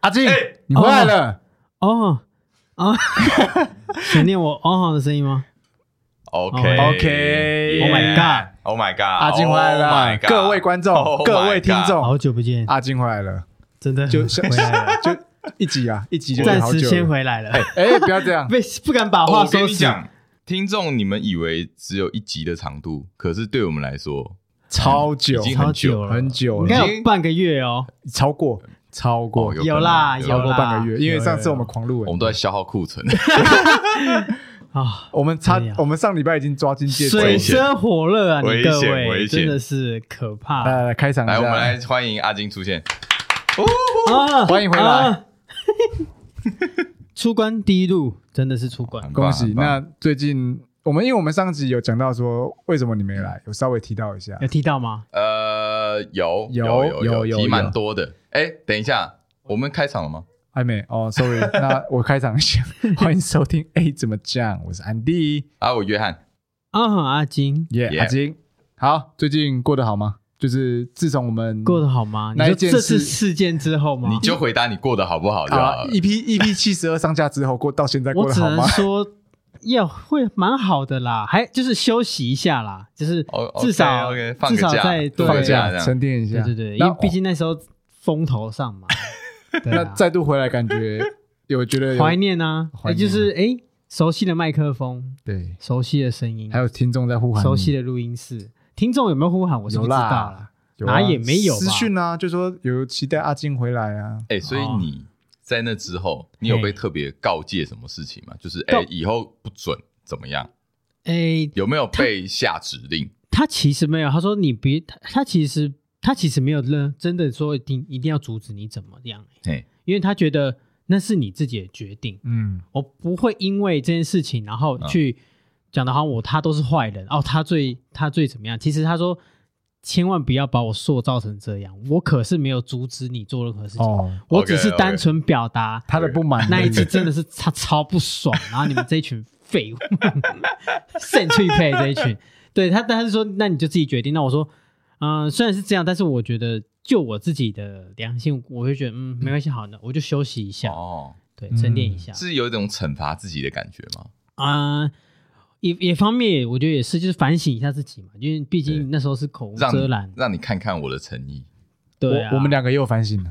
阿静哎，你回来了，哦啊，想念我哦好的声音吗？哦 OK OK Oh my god god，Oh my god，Oh 阿静回来了，各位观众、各位听，众哦好，久不见，阿静回来了，真的啊就回来 了，就一集啊，一集就暂好时久了先。回来了，哎，哦不要这 样，被不敢把话我跟说你死。讲，听众你们以为只有一集的长度，可是对我们来说，超久已，经好很久久了，很久应了，该有半个月哦。超过，超过哦，有有可能啦，有啦，超过半个月，因为有上次有我们狂录我欸，们都在消耗库存。啊，我们差哎呀，我们上礼拜已经抓进戒指了。水深火热啊，你危各险位危险真的是可怕来来来，开场一下来，我们来欢迎阿金出现。啊！欢迎回来啊。 出关第一路真的是出关很，棒恭喜。很棒那最近我们，因为我们上集有讲到说为什么你没来，有稍微提到一下有。提到吗？呃，有有有有有题有蛮多的。哎，等一下，我们开场了吗？还没哦，sorry。那我开场一 下，欢迎收听。哎，怎么讲？我是安迪，啊，我约翰，啊，阿金耶、 Yeah 阿金。好，最近过得好吗？就是自从我们过得好吗？你那一说件这事次事件之后吗？你就回答你过得好不好就好啊了。 ，EP EP 七十二上架之后，过到现在过我得只好能 吗？说，要会蛮好的啦，还就是休息一下啦，就是哦至少 OK，OK，放至个少假在对啊放放个假假这样沉淀一下。对对对，因那哦为毕竟那时候风头上 嘛，对那啊，再度回来，感觉有觉得有怀念啊，怀也念就是哎，熟悉的麦克风，对，熟悉的声音还，有听众在呼喊你，熟悉的录音室，听众有没有呼喊？我是不有知道啦啦。有啊哪也没有吧私讯啊，就说有期待阿金回来啊。哎，所以哦你在那之后，你有嘿被特别告诫什么事情吗？就是告哎，以后不准怎么样？哎，有没有被下指令？他其实没有，他说你别，他他其实他其实没有认真的说一定一定要阻止你怎么样，欸嘿，因为他觉得那是你自己的决定。嗯，我不会因为这件事情，然后去讲的好像我他都是坏人哦，他最他最怎么样？其实他说，千万不要把我塑造成这样，我可是没有阻止你做任何事情，哦，我只是 OK，OK 单纯表达他的不满那一次真的是他超不爽， 然后你们这一群废物， 肾去配这一群，对他，但他是说那你就自己决定。那我说，嗯、虽然是这样，但是我觉得就我自己的良心，我会觉得嗯没关系，好的，我就休息一下，哦，对，嗯沉淀一下。是有一种惩罚自己的感觉吗？啊、也也方面，我觉得也是，就是反省一下自己嘛，因为毕对竟那时候是口无让遮你拦。让你看看我的诚意。对、啊我我们两个也有反省了，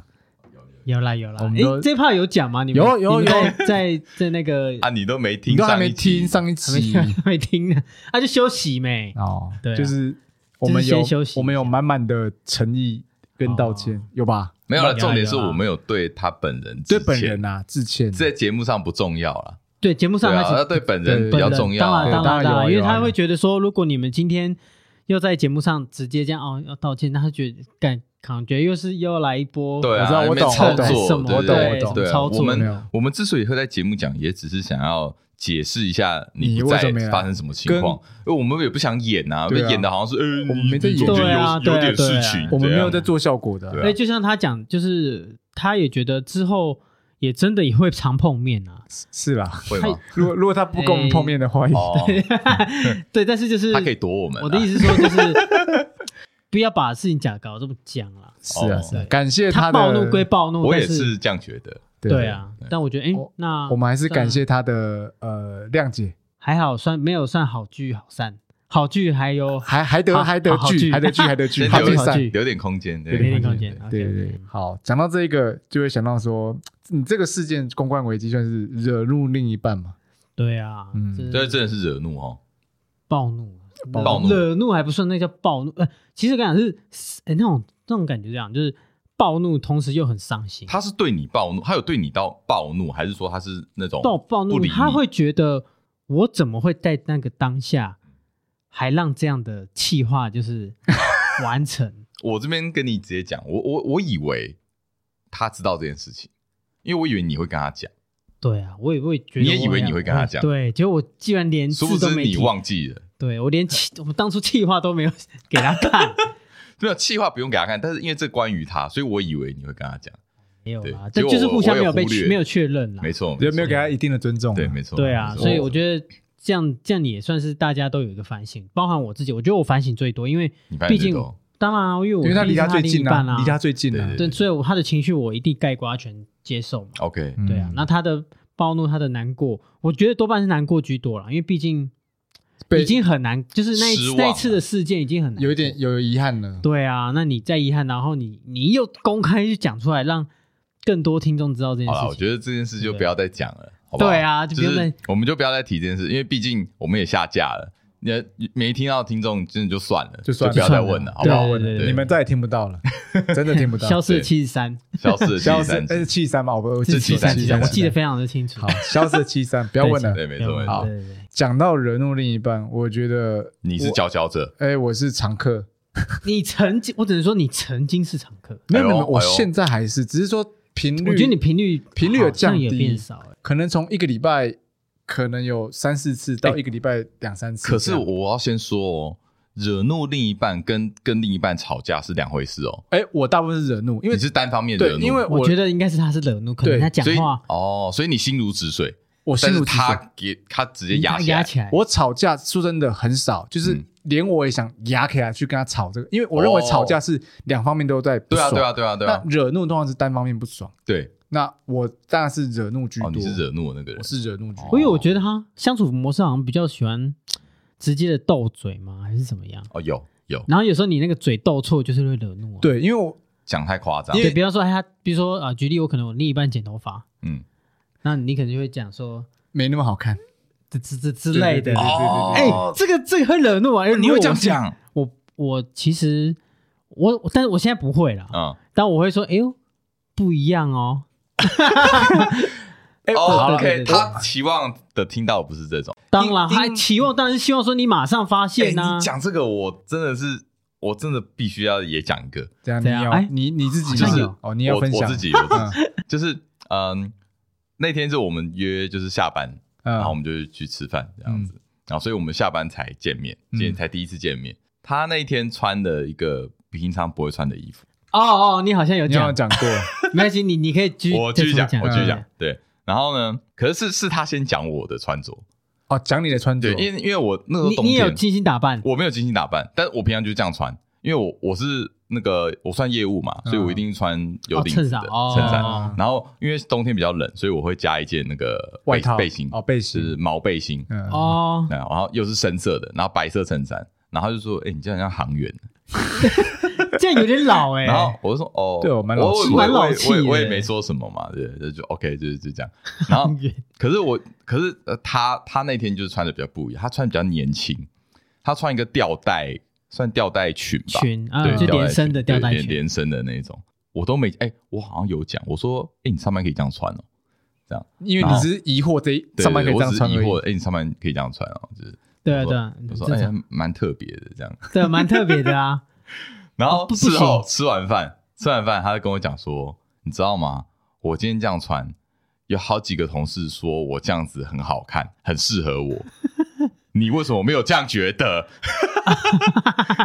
有啦有啦，我们诶都这怕有讲吗？你们有有你们有在在在那个 啊，你都没听，你都还没一集听上一还没期听 还没听呢，啊就休息没。 哦，对啊就是我们有就是先休息一下我们有满满的诚意跟道歉哦，有吧？没有了。有啊重点是有啊我没有对他本人致对歉本人呐致歉，在节目上不重要了，对，节目对上啊他，其他实对本人比对较本人重要当然啊。对当然当然有啊因为有啊他有会啊觉得说，如果你们今天又在节目上直接这样哦要道歉，那他觉得感感觉又是又来一波对啊，我知道我懂操我懂作，什对对我么对懂我懂对啊什么操作我没有们我们之所以会在节目讲，也只是想要解释一下你不为在什么没来发生什么情况，因为我们也不想演啊，对啊被演的好像是呃，我们没在你演中间对啊有有对啊点对啊事情，我们没有在这样。做效果的，对啊哎，就像他讲，就是他也觉得之后也真的也会常碰面啊。是是啦。会吗？ 如果如果他不跟我们碰面的话，也 哦，对，但是就是他可以躲我们啊。我的意思说就是 不要把事情讲搞这么僵了。是啊哦是啊对，感谢他的暴怒归暴怒，我也但是是这样觉得。对，啊对，但我觉得哎我，那我们还是感谢他的呃谅解，还好算没有算好聚好散，好聚还有还还得好还得好聚，聚还得聚，还得 聚，先还好聚没好散聚。留点空间，有有对，点点空空间间，对对对，好，讲到这个，就会想到说，你这个事件公关危机算是惹怒另一半嘛？对啊，嗯嗯，这真的是惹怒哦。暴怒啊，暴怒惹怒还不算，那叫暴怒。呃，其实我跟你讲是，哎，那种那种感觉这样，就是暴怒，同时又很伤心。他是对你暴怒，他有对你到暴怒，还是说他是那种到暴不怒，理你他会觉得我怎么会在那个当下还让这样的气话就是完成？我这边跟你直接讲，我我我以为他知道这件事情，因为我以为你会跟他讲，对啊，我也会觉得你也我以为好像嗯你会跟他讲对，结果我居然连殊不字都知没你提忘记了。对我连气，我当初气话都没有给他 看，没有气话啊不用给他看，但是因为这关于他，所以我以为你会跟他讲。没有对啦，结这果就是我互相我没也有被忽略没有确认啦，没错，有没没错有给他一定的尊重？对，没错，嗯对啊，没错所以我觉得这样这样也算是大家都有一个反省，包含我自己，我觉得我反省最多，因为你发毕现这竟种当然啊，因为我因为他离他他最近啊，离他最近啊对。对，所以我他的情绪我一定盖瓜全接受嘛。 OK，嗯对啊，那他的暴怒，他的难过，我觉得多半是难过居多了，因为毕竟被已经很难，就是那一失望那一次的事件已经很难，有一点。有遗憾了。对啊，那你再遗憾，然后你你又公开去讲出来，让更多听众知道这件好了，事我情。觉得这件事就不要再讲了，好不好？对啊就就不用再是我们就不要再提这件事，因为毕竟我们也下架了，你呃没听到听众真的就算了，就算了不要再问了，好就不算好？对对对你们再也听不到 了，真的听不到。消失对七十三，消失的消七失三哎是七三嘛，我不是73 73 73我记得非常的清楚。好，消失七三，不要问了。对，没错没好错，对对对，讲到惹怒另一半，我觉得你是佼佼者，哎，我是常客，你曾经，我只能说你曾经是常客，没有没哎有，呦我哎呦现在还是，只是说频率，哎我觉得你频率频率有好像降也低变少了。可能从一个礼拜可能有三四次到哎一个礼拜两三次这可样。是我要先说哦，惹怒另一半跟跟另一半吵架是两回事哦，哎，我大部分是惹怒，因为你是单方面惹对，怒，因为我觉得应该是他是惹怒，可能对他讲所以话哦，所以你心如止水，我心但是如止水他给他直接压他下压来，起来，我吵架说真的很少，就是嗯连我也想压起来去跟他吵这个，因为我认为吵架是两方面都在不对啊爽。对啊对啊对啊那惹怒通常是单方面不爽，对，那我当然是惹怒居多。哦，你是惹怒的哦那个人我，是惹怒居多。我有，我觉得他相处模式好像比较喜欢直接的斗嘴嘛，还是怎么样？哦，有有然后有时候你那个嘴斗错，就是会惹怒、啊。对，因为我讲太夸张，对，比方说他，比如说啊、呃举例我可能我另一半剪头发，嗯，那你可能就会讲说没那么好看，这这这之类对对的对。哦哎、这个这个会惹怒啊！你如果会我这样是？讲，我我其实我，我但是我现在不会了，嗯，但我会说，哎呦，不一样哦。哎，哦好了，对，OK，对对他期望的听到不是这种。当然，因还期望当然是希望说你马上发哎，现呐、你讲这个，我真的是，我真的必须要也讲一个，这样你怎样要哎你你自己好像吗有哦，你要我分享我自己，我自嗯 己就是嗯，那天是我们约，就是下班，然后我嗯，们就去吃饭这样子，然后所以我们下班才见面，嗯今天才第一次见面。他那一天穿的一个平常不会穿的衣服，哦哦，你好像有你要讲，讲过，没关系，你你可以继续我继续讲再，重我继续嗯讲，对。然后呢？可是是是他先讲我的穿着，哦，讲你的穿着对，，因为因为我那时候你冬你也有天，精心打扮，我没有精心打扮，但我平常就这样穿，因为我我是那个我算业务嘛，所以我一定穿有哦领子衬的衫哦，衬衫。哦然后因为冬天比较冷，所以我会加一件那个外背套背心，哦，背是心，毛背心，嗯，哦，啊然后又是深色的，然后白色衬衫。然后他就说：“哎、你这样像航员。这样有点老哎、然后我就说：“哦，对我蛮老气我我蛮也我老也气我也我也的没说什么嘛，对，就就 OK，就是就这样。”然后远可是我，可是呃，他他那天就是穿的比较不一样，他穿得比较年轻，他穿一个吊带，算吊带裙吧，裙 啊，对，就吊带连身对的吊带连裙，连身的那种，我都没哎、我好像有讲，我说哎、你上班可以这样穿哦，因为你只是疑惑这一对上班可以对这我样只是穿疑而已惑，哎、你上班可以这样穿哦，就是对啊我对啊，我这说哎种呀，蛮特别的这样，对，蛮特别 的啊。然后哦不不事后行吃完饭，吃完饭他就跟我讲说，你知道吗？我今天这样穿，有好几个同事说我这样子很好看，很适合 我。你为什么没有这样觉得？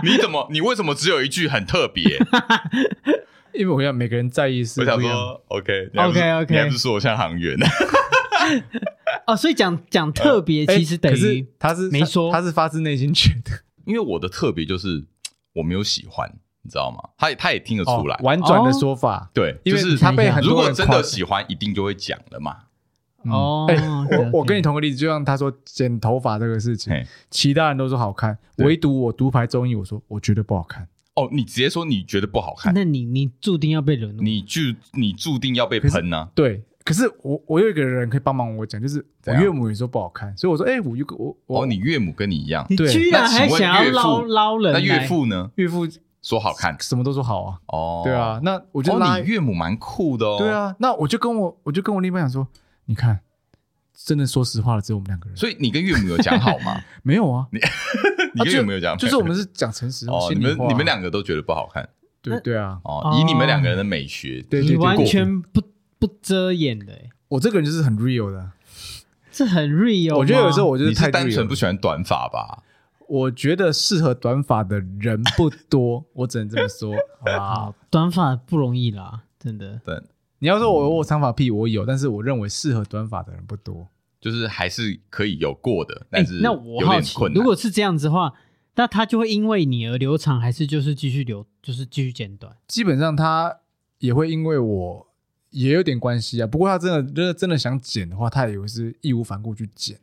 你怎么？你为什么只有一句很特别？因为我想每个人在意是我想不一样说，OK，你还不是 OK，OK 你还不是说我像航员？哦，所以讲讲特别，哎其实等可是于他是没说他是发自内心觉得因为我的特别就是我没有喜欢，你知道吗？他也他也听得出来，哦婉转的说法，对，因为就是他被很如多果人真的夸喜欢，一定就会讲了嘛。嗯哦哎， OK，OK 我我跟你同个例子，就像他说剪头发这个事情啊嘿，其他人都说好看，对唯独我独排众议，我说我觉得不好看。哦，你直接说你觉得不好看，那你你注定要被惹怒，你就你注定要被喷啊呐、对，可是我我有一个人可以帮忙我讲，就是我怎样岳母也说不好看，所以我说，哎，我岳我我哦，你岳母跟你一样，你对居然还想那要请捞问岳父捞人那来，岳父呢？岳父说好看什么都说好啊，哦，对，啊，那我就拉哦，你岳母蛮酷的哦，对，啊，那我就跟我我就跟我另一半讲说，你看，真的说实话了，只有我们两个人，所以你跟岳母有讲好 吗？没有啊，你跟就岳母有讲好，就是我们是讲诚实 哦，你心里们话啊你们两个都觉得不好看对对啊，哦，以你们两个人的美学，对你对完对，全不不遮掩的、哎我这个人就是很 real 的，这很 real 吗。我觉得有时候我就是你太是单 real 纯了不喜欢短发吧？我觉得适合短发的人不多，我只能这么说，好不好 好？短发不容易啦，真的。对，你要说我我长发癖，我有，但是我认为适合短发的人不多。就是还是可以有过的，但哎是那我有好点奇困，难。如果是这样子的话，那它就会因为你而留长，还是就是继续留，就是继续剪短？基本上他也会因为我也有点关系啊。不过他真的真的真的想剪的话，他也会是义无反顾去剪。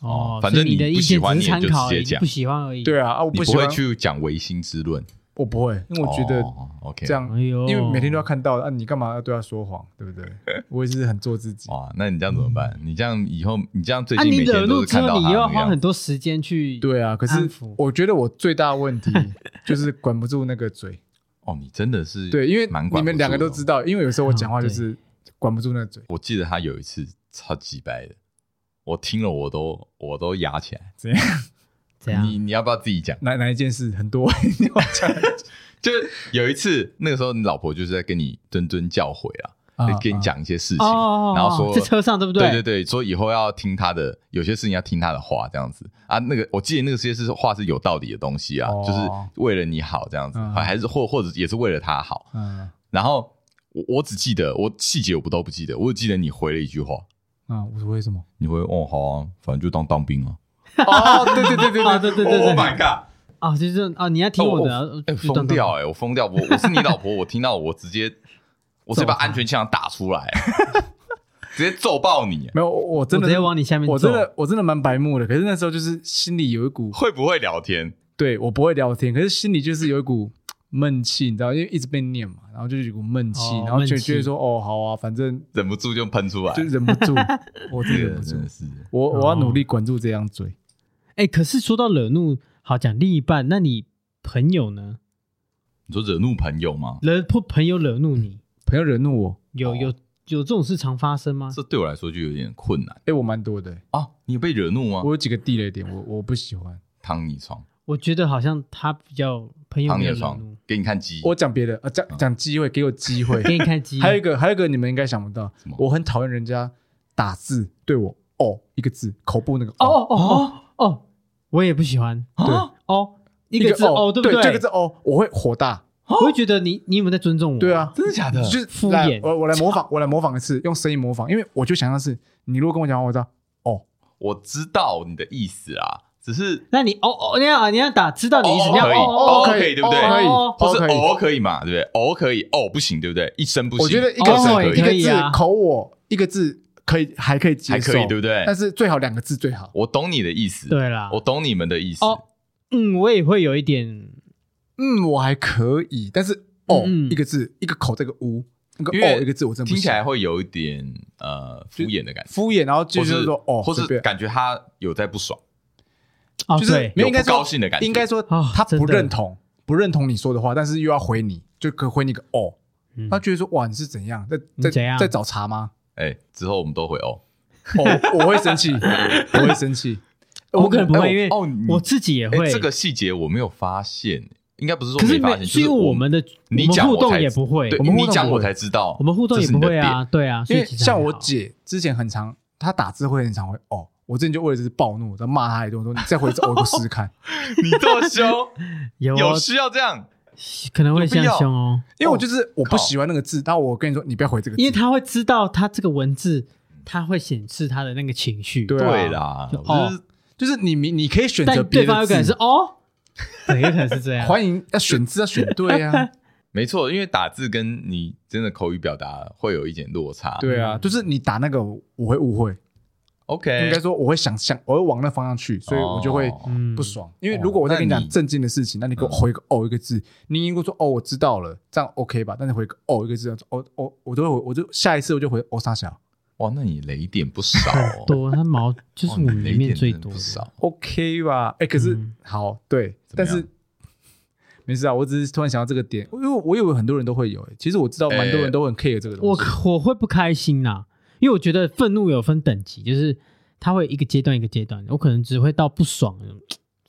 哦哦，反正所以你的你意不喜见欢只是你也参就考直而接已，讲不喜欢而已。对，啊，啊，我你不喜会欢，去讲唯心之论。我不会，因为我觉得哦，OK，这样，哎呦，因为每天都要看到啊，你干嘛要对他说谎，对不 对？我也是很做自己。哇，那你这样怎么办？你这样以后，你这样最啊，近你每惹天都怒是之看到后，你他又那要个花样很子，多时间去对啊，可是安抚我觉得我最大问 题就是管不住那个嘴。哦，你真的是对，因为蛮管你们不两个住都的哦知道，因为有时候我讲话就啊对是管不住那个嘴。我记得他有一次超级白的，我听了我都我都压起来。怎样？怎样？你你要不要自己讲？哪哪一件事很多？ 你要讲就是有一次，那个时候你老婆就是在跟你谆谆教诲啊，啊就跟你讲一些事情，哦，然后说在车上对不对对对对，说以后要听他的，有些事情要听他的话，这样子啊。那个我记得那个些是话是有道理的东西啊，哦就是为了你好这样子，嗯还是或或者也是为了他好。啊嗯然后我我只记得我细节我不都不记得，我只记得你回了一句话，啊，我为什么？你回哦好啊，反正就当当兵啊。哦，对对对对啊对对对 Oh 对 my god！哦，就是哦，你要听我的哦啊，哎、就疯掉哎、我疯掉！我我是你老婆，我听到我直接，我直接把揍他安全气囊打出 来，直接揍爆你！没有，我我真我的直接往你下面我揍真的我真的蛮白目的，可是那时候就是心里有一股，会不会聊天？对我不会聊天，可是心里就是有一股闷气，你知道，因为一直被念嘛，然后就是有一股闷气，哦然后就闷气觉得说，哦，好啊，反正忍不住就喷出来就，忍不 住，我真这的个忍不住真的，是我我哦要努力管住这张嘴。哎，可是说到惹怒，好讲另一半，那你朋友呢？你说惹怒朋友吗？惹或朋友惹怒你，朋友惹怒我，有哦有有这种事常发生吗？这对我来说就有点困难哎，我蛮多的，啊！你有被惹怒吗我？有几个地雷点，我我不喜欢。躺你床，我觉得好像他比较朋友躺没你有的惹怒床，，给你看鸡。我讲别的，呃，讲哦讲机会，给我机会。给你看 鸡，还有一个，还有一个你们应该想不到什么，我很讨厌人家打字对我哦一个字，口部那个哦哦哦哦哦，我也不喜欢啊，哦，一个字哦，对不这个字哦，我会火大。我会觉得你你有没有在尊重我？对，啊，哦真的假的？就是敷来衍我我来模仿，我来模仿一次，用声音模仿，因为我就想象是你如果跟我讲话，我知道哦，我知道你的意思啦，只是那你哦哦，你要你要打知道你意思，哦你要可以哦哦哦可以对不对可以，哦或是可以。哦可以嘛，对不对？哦可以，哦不行，对不对？一声不行，我觉得一哦个哦字也一可个以啊字口我一个字可以还可以接还受，可以，对哦不对？但是最好两个字最好。我懂你的意思，对啊啦我，懂你们的意思。哦嗯，我也会有一点，嗯，我还可以，但是哦嗯嗯一个字一个口这个乌那个因为哦一个字我真的不听起行来会有一点呃敷衍的感觉，敷衍，然后就或是是说哦，或随是便感觉他有在不爽，哦就是对，没有有应该不说高兴的感觉，应该说啊他不真的认同，不认同你说的话，但是又要回你，就可回你个哦，嗯他觉得说哇你是怎样你在怎在样在找茬吗？哎，之后我们都会哦，哦，我会生 气，我会生气，我可能不哎会，因为哦你我自己也哎会，这个细节我没有发现，应该不是说可是没发没，现，就是是因为我们的我你们讲互我动才也知不会对，我们你互动讲不我会才知道，我们互动这也是你不的会啊，对啊，因所以为其实像还我好，姐之前很常，她打字会很常会哦，我之前就为了这是暴怒，然后骂她一顿，我说你再回一次哦，我给我试试看，点，你这么凶， 有有哦需要这样？可能会有必像要凶哦，因为我就是我不喜欢那个字，但我跟你说你不要回这个字，因为他会知道他这个文字，他会显示他的那个情绪，对啊对啦，就我就是就是你明你可以选择哦但别对方的有可能是字，哦，对，有可能是这样，欢迎要选字要选对啊。没错，因为打字跟你真的口语表达会有一点落差。对啊，就是你打那个，我会误会， ，OK，哎应该说我会想象，我会往那方向去，所以我就会哦 嗯不。爽。因为如果我在跟你哦那讲你正经的事情，那你给我回个哦一个字，你如果说哦我知道了，这样 OK 吧？但是回个哦一个字，哦哦，我都会回，我就下一次我就回哦傻小哇，那你雷点不少哦，多，他毛 就是哇我们你里雷面点最真的多不的。少。 ，OK 吧？哎，可是嗯好对，怎么但样是没事啊，我只是突然想到这个点，因为我以为很多人都会有，哎其实我知道蛮多人都很 care 这个东我西。我会不开心呐、因为我觉得愤怒有分等级，就是它会一个阶段一个阶段，我可能只会到不爽，嗯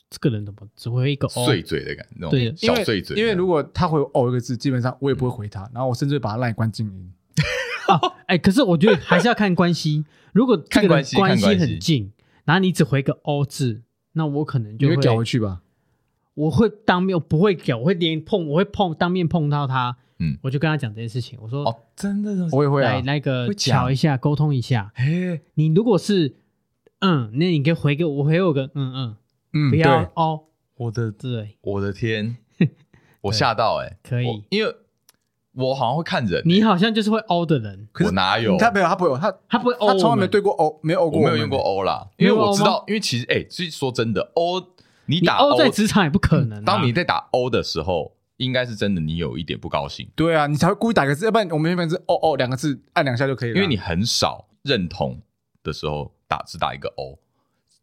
这个人怎么只会一个哦，碎嘴的感觉，那对种因小为碎嘴。因为如果他回哦一个字，基本上我也不会回他，然后我甚至会把他赖关静音。啊，哎，可是我觉得还是要看关系，如果这看个关人系关看系关系很近，然后你只回个哦字，那我可能你就会会屌回去吧？我会当面我不会屌，我会连碰，我会碰当面碰到他，嗯我就跟他讲这件事情，我说、哦，真的是我也会啊来。那个会讲瞧一下，沟通一下，哎，你如果是嗯，那你给回给我回我个嗯嗯，嗯，不对要哦我的对，我的 天，我吓到哎、欸，可以我因为我好像会看人、欸，你好像就是会凹的人，可是我哪有？他没有，他不会有，他他不会哦凹我他们，从来没对过 O，没有 O 我过没们，有用过 O 啦，没因为有 O 吗我知道，因为其实哎，所、以说真的 O，你你打凹在职场也不可能啊。哦嗯当你在打 O 的时候，应该是真的你有一点不高兴，对啊，你才会故意打个字，要不然我们原本是哦哦两个字按两下就可以了。因为你很少认同的时候打只打一个 O，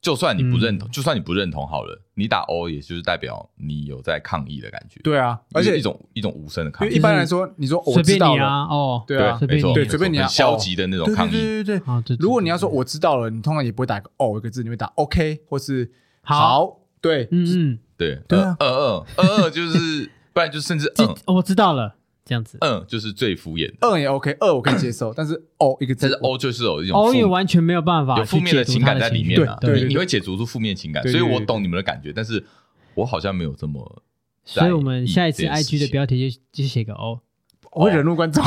就算你不嗯认同，就算你不认同好了，你打 O 也就是代表你有在抗议的感觉，，对啊，而且一种一种无声的因抗为议一，般来说，你说我随知便道你了，啊，哦，对啊随便没错你，对随便你啊很消极的那种对抗对议，对对对。啊，对。对如果你要对说我知道了，你通常也不会打个哦一个字，你会打 OK 或是好好，对，嗯对，对呃啊二二二二就是， 不然就甚至嗯，嗯这我知道了，这样子。嗯就是最敷衍的，二也 OK，二我可以接受，但是哦一个字但是 O 就是有一哦种凹负也哦完全没有办法有负面的去解情读他感的在里情绪面啊，对对你对你会解读出负面情感，对所以对我对懂你们的感觉，但是我好像没有这么 在意这件事情，所以我们下一次 IG 的标题就就写个哦我 O，会惹 怒观众，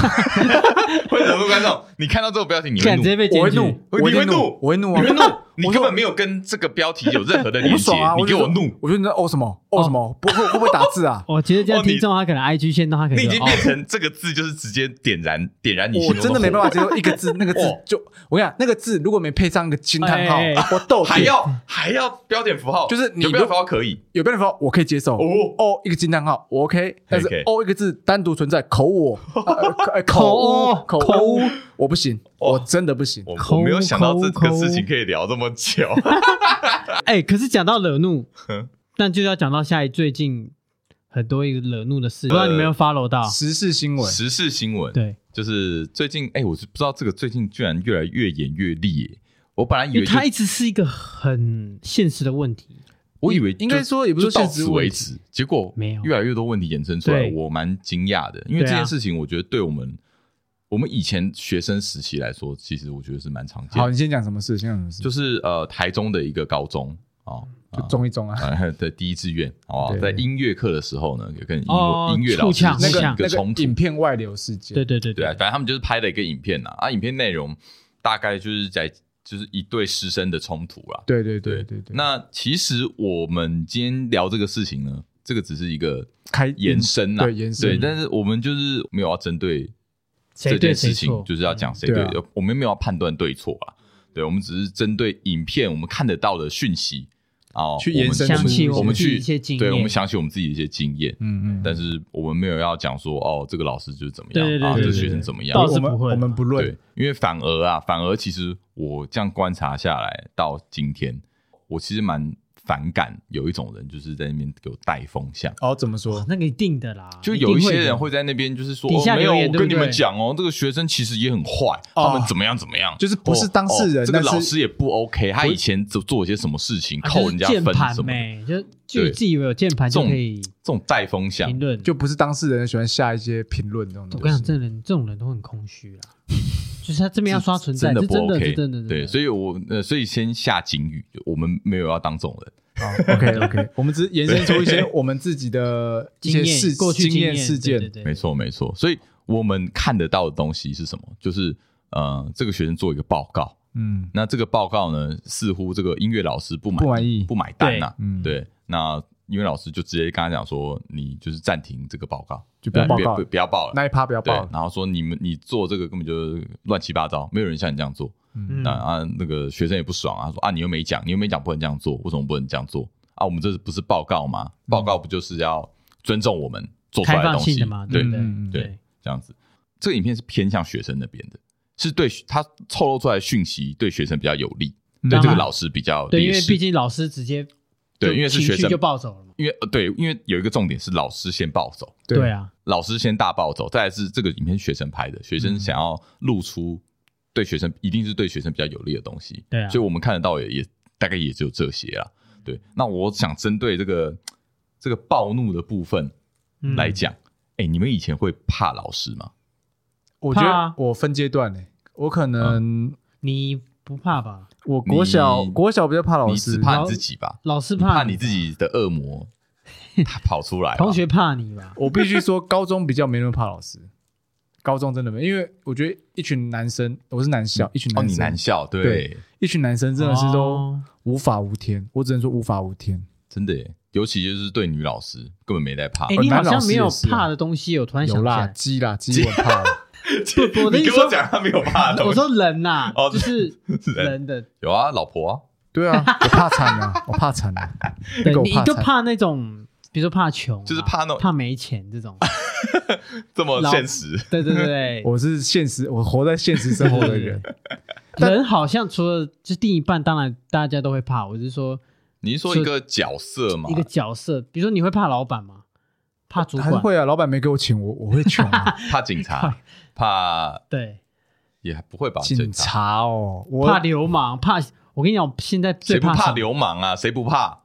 会惹怒观众，你看到这个标题你会干怒直，接被我会检举。？怒，我你会会怒我会怒你啊会，怒，你根说本没有跟这个标题有任何的我连不接爽啊，，你给就我说怒，我就你在哦什么哦什么，不会会不会打字啊我觉得这样哦你听众他可能 IG 线动他可能你已就经哦变成这个字就是直接点燃点 燃你心我中真的没办法，法接受一个 字，那个字哦就我跟你讲，那个字如果没配上一个惊叹号哎哎哎或逗还点，要还要标点符号，就是你有标点如符号可以有别人说我可以接受，哦，哦一个惊叹号我 OK，但是 OK 哦一个字单独存在口我呃呃口口口口口我不行，哦我真的不行。我抠我没有想到这抠个抠事情可以聊这么久，哎，可是讲到惹怒哼，那就要讲到下一最近很多一个惹怒的呃事，不知道你们有没有 follow 到？时事新闻， 时事新闻对，就是最近，哎、我是不知道这个最近居然越来越演越烈耶。我本来以因为为就它一直是一个很现实的问题。我以为就应该说也不就是到现实此问为题止，结果没有越来越多问题衍生出来，对我蛮惊讶的。因为对啊这件事情，我觉得对我们、我们以前学生时期来说，其实我觉得是蛮常见好，的。你先讲什么事？先讲什么事？就就是呃，台中的一个高中哦，啊中一中啊，呃 的第一志愿，好不好？对在音乐课的时候呢，有跟音哦乐音乐老师触呛起那个像一个那个冲突，影片外流事件，对对对啊对啊，，反正他们就是拍了一个影片呐，啊，影片内容大概就是在就是一对师生的冲突啦。对对对对对，那其实我们今天聊这个事情呢，这个只是一个开延伸嗯啦，对延伸对，但是我们就是没有要针对这谁对件谁事情错，？啊就是要讲谁嗯对对，我们没有要判断对错啊，对，我们只是针对影片我们看得到的讯息啊，去延伸我们想起我我们们自己去一些经对，验我们想起我们自己的一些经验。嗯嗯，但是我们没有要讲说哦，这个老师就是怎么样对对对啊，对这对个对学生怎么样倒我是，我们不会啦我们不论对，因为反而啊，反而其实我这样观察下来到今天，我其实蛮反感有一种人，就是在那边给我带风向。哦怎么说哦，那个一定的啦，就有一些定人的会在那边就是说，底下哦、没有，留言我对啊不跟你们对讲哦，这个学生其实也很坏，哦他们怎么样怎么样，就是不是当事人哦哦这个但是老师也不 OK，他以前做做一些什么事情，啊扣人家就是键分盘什么的，呗，就对就自以为有键盘这就种可以这种带风向评，论。就不是当事人喜欢下一些评论这种我东跟你讲，西。这人这种人都很空虚啦，啊 就是他这边要刷存在，真的是不真的， OK，是真的，真的对，所以我呃，所以先下警语，我们没有要当这种人。 OK OK，我们只是延伸出一些我们自己的一经些验事过去经验验事对件，对对没错，没错。所以我们看得到的东西是什么？就是呃，这个学生做一个报告，嗯那这个报告呢，似乎这个音乐老师不满不满意不买单呐、嗯，对，那音乐老师就直接跟他讲说，你就是暂停这个报告，就不要呃报告不不要报了。那一趴不要对报，，然后说你们你做这个根本就是乱七八糟，没有人像你这样做。嗯那啊，那个学生也不爽啊，说啊，你又没讲，你又没讲不能这样做，为什么不能这样做啊？我们这不是报告吗？报告不就是要尊重我们做出开来的放东西性的嘛，对嗯不嗯嗯对？对，这样子，这个影片是偏向学生那边的，是对他透露出来的讯息对学生比较有利，对当这然个老师比较对，因劣为势。毕竟老师直接对就因为是情学绪生就暴走了嘛，因为呃对，因为有一个重点是老师先暴走，对，啊，老师先大暴走，再来是这个影片是学生拍的，学嗯生想要露出对学生一定是对学生比较有利的东西，对啊所以我们看得到也也大概也只有这些啊。对，那我想针对这个这个暴怒的部分嗯来讲，哎、你们以前会怕老师吗？我觉怕啊得我分阶段呢，我可能你不怕吧？我国小嗯你国小比较怕老你只师，怕然你后自己吧？老师你怕你你自，己的恶 魔他跑出来吧，啊哦同学怕你吧？我必须说，高中比较没那么怕老师，高中真的没，因为我觉得一群男生，我是男校，一群哦，男你生，男校对对，一群男生真的是都哦啊无法无天，我只能说无法无天。真的耶尤其就是对女老师根本没在怕哎、。哦你好男老像师没也有是啊怕的东西，我突然想有起啦，来，鸡啦，鸡我很怕啊了。不不我的你意思跟我讲他没有怕的，我说人呐、 哦就是是人人的，有啊，老婆啊，对 啊，我怕惨啊，我怕惨啊。对个，我你怕就惨怕那种，比如说怕穷啊、就是怕那种怕没钱这种，这么老现实。对对对对，我是现实，我活在现实生活的人。 人好像除了就是另一半，当然大家都会怕。我是说你是说一个角色嘛一，个角色，比如说你会怕老板吗？怕主还管是？会啊，老板没给我请我，我会穷 啊。怕警察，怕对，也不会吧？警察察哦，我怕流氓，怕我跟你讲，现在最谁不怕什怕么？流氓啊？谁不怕？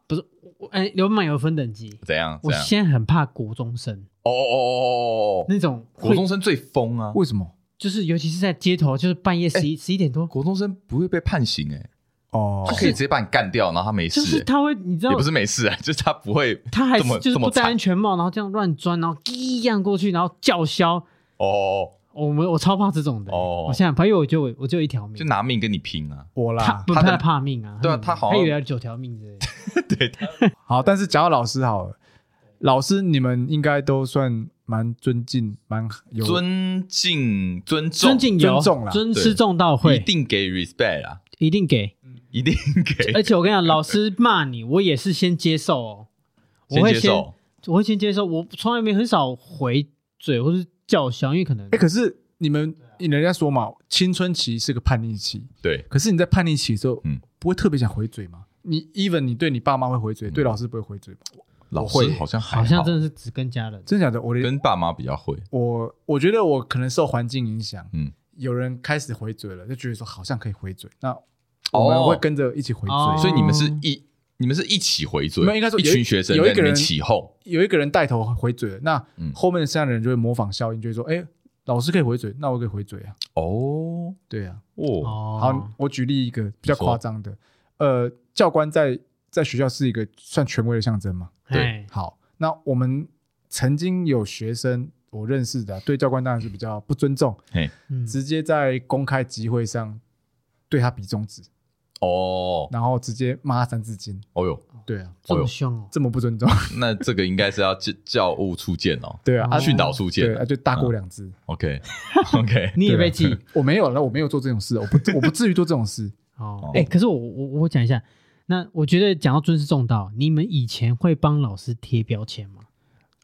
哎，流氓有分等级，怎样？我怎样？现在很怕国中生哦哦哦哦哦哦！那种会，国中生最疯啊！为什么？就是尤其是在街头，就是半夜十哎一十一点多，国中生不会被判刑哎，哦他，可以直接把你干掉，然后他没事就是欸，他会，你知道也不是没事啊，就是他不会他还这么是就是这么不戴惨安全帽，然后这样乱钻，然后滴这样过去，然后叫嚣。哦，我们我超怕这种的，哦我现在很怕，因为我就我就一条命就，拿命跟你拼 啊！我他啦。不他怕的怕命啊，对啊很他好他像以为有九条命之类的，对，他好，但是讲到老师好了，老师你们应该都算蛮尊敬，蛮有尊敬尊重，尊敬有尊重啦尊对师重道一会，定给 respect 啊，一定给，一定给， 而且我跟你讲，老师骂你，我也是先接受哦，我先会接先受。我会先接受，我从来没很少回嘴或是叫嚣，因为可能哎、可是你们人家说嘛，青春期是个叛逆期，对，可是你在叛逆期的时候，嗯不会特别想回嘴吗？你 even 你对你爸妈会回嘴，嗯对老师不会回嘴吗？老师会好像还好像真的是只跟家人，真的假的？我连跟爸妈比较会，我我觉得我可能受环境影响，嗯，有人开始回嘴了，就觉得说好像可以回嘴，那哦我们会跟着一起回嘴。哦所以你们是一你们是一起回嘴，没有应该说一有一群学生有一在个里面人起哄，有一个人带头回嘴了，那嗯后面的三个人就会模仿效应，就会说：“哎、老师可以回嘴，那我可以回嘴啊。哦”对啊。哦，哦，好，我举例一个比较夸张的，呃，教官在在学校是一个算权威的象征嘛。嘿对，好，那我们曾经有学生我认识的啊、对教官当然是比较不尊重，嗯直接在公开集会上对他比中指，哦，然后直接骂他三字经。哦哟，对啊，这么凶 哦，这么不尊重。那这个应该是要教教务处见哦，对啊，啊训导处对见啊，就大过两次。 ，OK OK，你也啊被啊 记我没有，那我没有做这种事，我不我不至于做这种事。哦哦。哎，可是我我我讲一下，那我觉得讲到尊师重道，你们以前会帮老师贴标签吗？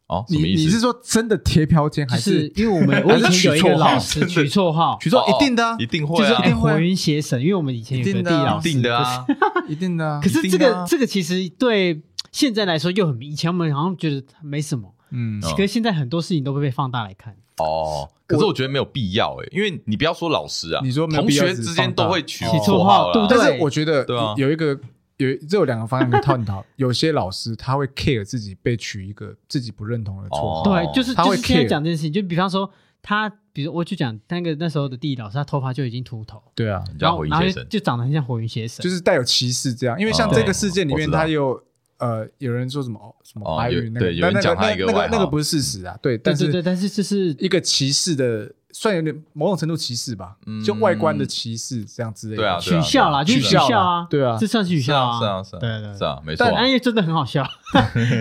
哦， 什你么意你是思？说真的贴标签就还是是？因为我们我以还是前有一取个绰号老师真的取绰号，取说哦一定的啊，一定会就是啊一，定会啊火哎云邪神，因为我们以前有一个定地的啊理老一师，定的啊，一定的啊可。是这一定的个啊这个其实对现在来说又很，以前我们好像觉得没什么，嗯，哦可是现在很多事情都会被放大来看。哦，可是我觉得没有必要哎，因为你不要说老师啊，你说没有同必要学只之放间大都会取哦绰号对啦不对，但是我觉得对啊有一个有这有两个方向可以探讨。 有些老师他会 care 自己被取一个自己不认同的绰哦号，对，就是他就会是现在 care 讲这件事情，就比方说他，比如我就讲那个那时候的地理老师，他头发就已经秃头，对啊，你就然要后回然后学就生，就长得很像火云邪神，就是带有歧视这样。因为像这个事件里对哦面，我知道他有呃有人说什么哦什么哦白有云那个，对有但人那讲他那一个那外个号那个不是事实啊，对，对但对对，是但是就是一个歧视的，算有点某种程度歧视吧嗯，就外观的歧视这样之类的。对啊取笑啦，就是取取笑笑啦啊，，对啊这，算是取是笑啊是啊是啊对对是对，啊，没错但啊，但因为哎真的很好笑，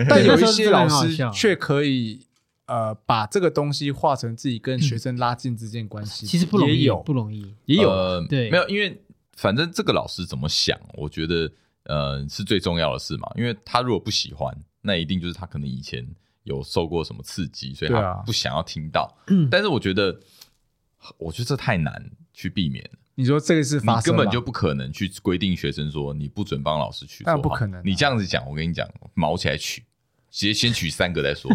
但有一那时候些真的老很好师笑却可以呃把这个东西化成自己跟学生拉近之间的关系，其实不容也易，有不容易，也有呃对没有，因为反正这个老师怎么想，我觉得呃是最重要的事嘛。因为他如果不喜欢，那一定就是他可能以前有受过什么刺激，所以对他啊不想要听到。嗯但是我觉得，我觉得这太难去避免了，你说这个是发你生根吗本就不可能去规定学生说你不准帮老师取绰那号，不可能啊你这样子讲，我跟你讲，毛起来取。直接先取三个 再说，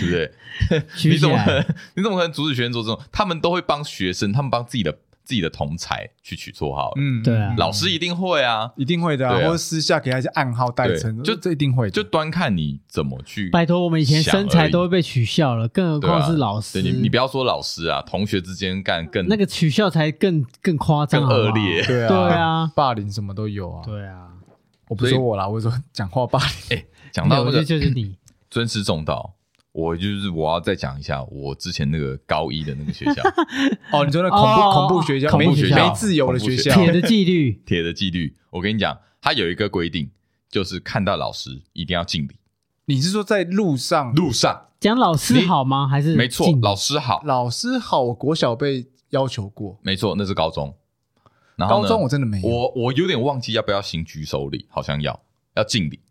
对不对？取你起怎么可来能？你怎么可能阻止学生做这种？他们都会帮学生，他们帮自己的自己的同才去取绰号。嗯对啊嗯老师一定会啊，一定会的啊，对啊或者私下给他一些暗号代称，对就这一定会的，就端看你怎么去。拜托，我们以前身材都想会而已被取笑了，更何对啊况是老师。对你你不要说老师啊，同学之间干更那个取笑才更更夸张，更好不好恶劣。。 对啊，对啊霸凌什么都有啊。对啊，我不所说以我啦，我说讲话霸凌，哎，讲到我那觉得个就是 你，尊师重道，我就是我要再讲一下我之前那个高一的那个学校哦，你说那恐哦怖恐怖学校，恐没怖学校没自由的学校，铁的纪律铁的纪律。我跟你讲，它有一个规定，就是看到老师一定要敬礼。你是说在路上？路上讲老师好吗？还是没错敬，老师好，老师好，我国小被要求过，没错，那是高中。然后呢高中我真的没有。我我有点忘记要不要行举手礼，好像要要敬礼。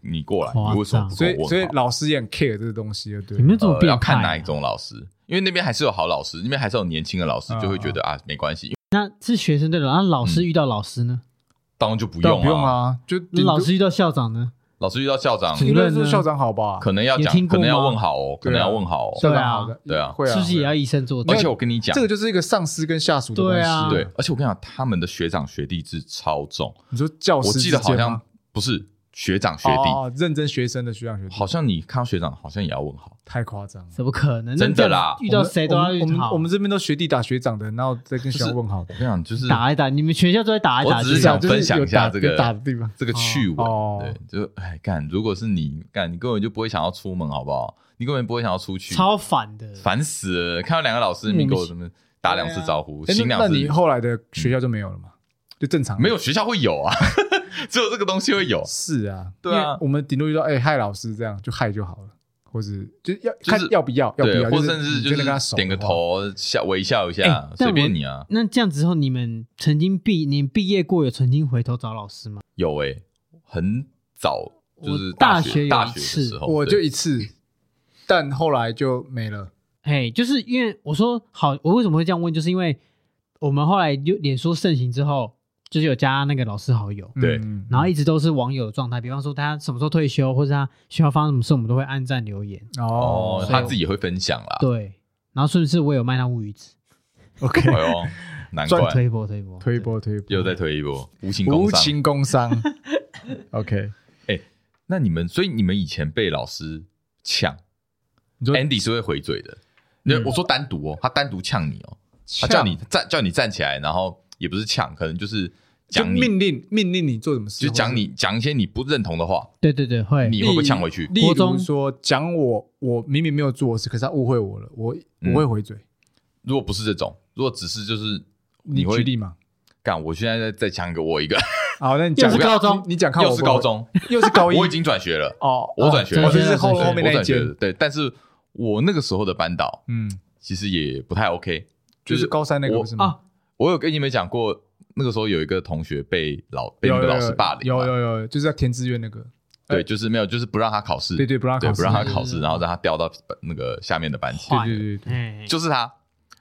你过来，夸张你为什么不所跟以我所以问好？老师也很 care 这个东西，对你们了。这么呃变要态啊？看哪一种老师，因为那边还是有好老师，那边还是有年轻的老师，就会觉得啊没关系，那是学生对了，那老师遇到老师呢？当然就不当用然不用啊。啊，就那老师遇到校长呢？老师遇到校长，是应该说呢校长好吧？可能要有讲听，过可能要吗问好哦，可能要问好校哦。长对啊好的，对啊会啊，是不是也会啊要以身作则？而且我跟你讲这，个就是一个上司跟下属的关系对啊了。对，而且我跟你讲，他们的学长学弟制超重，你说教师我记得之好间像吗不是学长学弟，哦认真学生的学长学弟，好像你看到学长好像也要问好，太夸张了。怎么可能？真的啦那这样遇到谁都要我遇们好。我们这边都学弟打学长的，然后再跟学长问好我。跟你讲，就是打来打，你们全校都在打来打去我只是对想啊的。就是分享一下有打这个有打的地方。这个趣闻，哦哦对，就哎干，如果是你干，你根本就不会想要出门，好不好？你根本不会想要出去，超反的，烦死了！看到两个老师，莫你名给其我什么打两次招呼，哎行那两那次你后来的学校就没有了吗？就正常没有学校会有啊， 只有这个东西会有，是啊，对啊因为我们顶多就说哎嗨老师这样就嗨就好了，或者就要就是看要不要要不对，要，或就甚至你就真的跟他是熟点个的话。头，笑微笑一下哎，但随我便你啊。那这样之后，你们曾经毕你们毕业过，有曾经回头找老师吗？有诶，很早就是我大学学大有一学次的时候，我就对一次，但后来就没了。嘿，就是因为我说好，我为什么会这样问，就是因为我们后来就脸书盛行之后，就是有加那个老师好友，对嗯然后一直都是网友的状态。比方说他什么时候退休，或者他学校发生什么事，我们都会按赞留言。哦哦，，他自己也会分享啦。对，然后甚至我有卖他乌鱼子， OK 哎呦，难 怪推波推波推波推波，又再推一波无情无工伤。情工 伤。OK，那你们，所以你们以前被老师呛你说嗯，Andy 是会回嘴的。那我说单独哦，他单独呛你哦，他呛叫你站，叫你站起来，然后也不是呛，可能就是就讲你，命令命令你做什么事，就讲你讲一些你不认同的话，对对对，会你你会不会呛回去？例国如中说讲我，我明明没有做的事，可是他误会我了，我嗯我会回嘴。如果不是这种，如果只是就是你会举例嘛？干，我现在再再呛一个我一个，好，那你讲又是高中你你讲 看我又是会不会高，中，又是 高一，我已经转学了，哦，我转学哦了，就是后对后面我那一转学了间，对，但是我那个时候的班导嗯，其实也不太 OK，就是高三那个我不是吗？啊，我有跟你们讲过，那个时候有一个同学被老被你有们有老师霸凌嘛，有有有，就是要填志愿那个，对，就是没有，就是不让他考试，对对，不让对考不试，让他对对考试，对然后让他调到那个下面的班级，坏对对对哎，就是他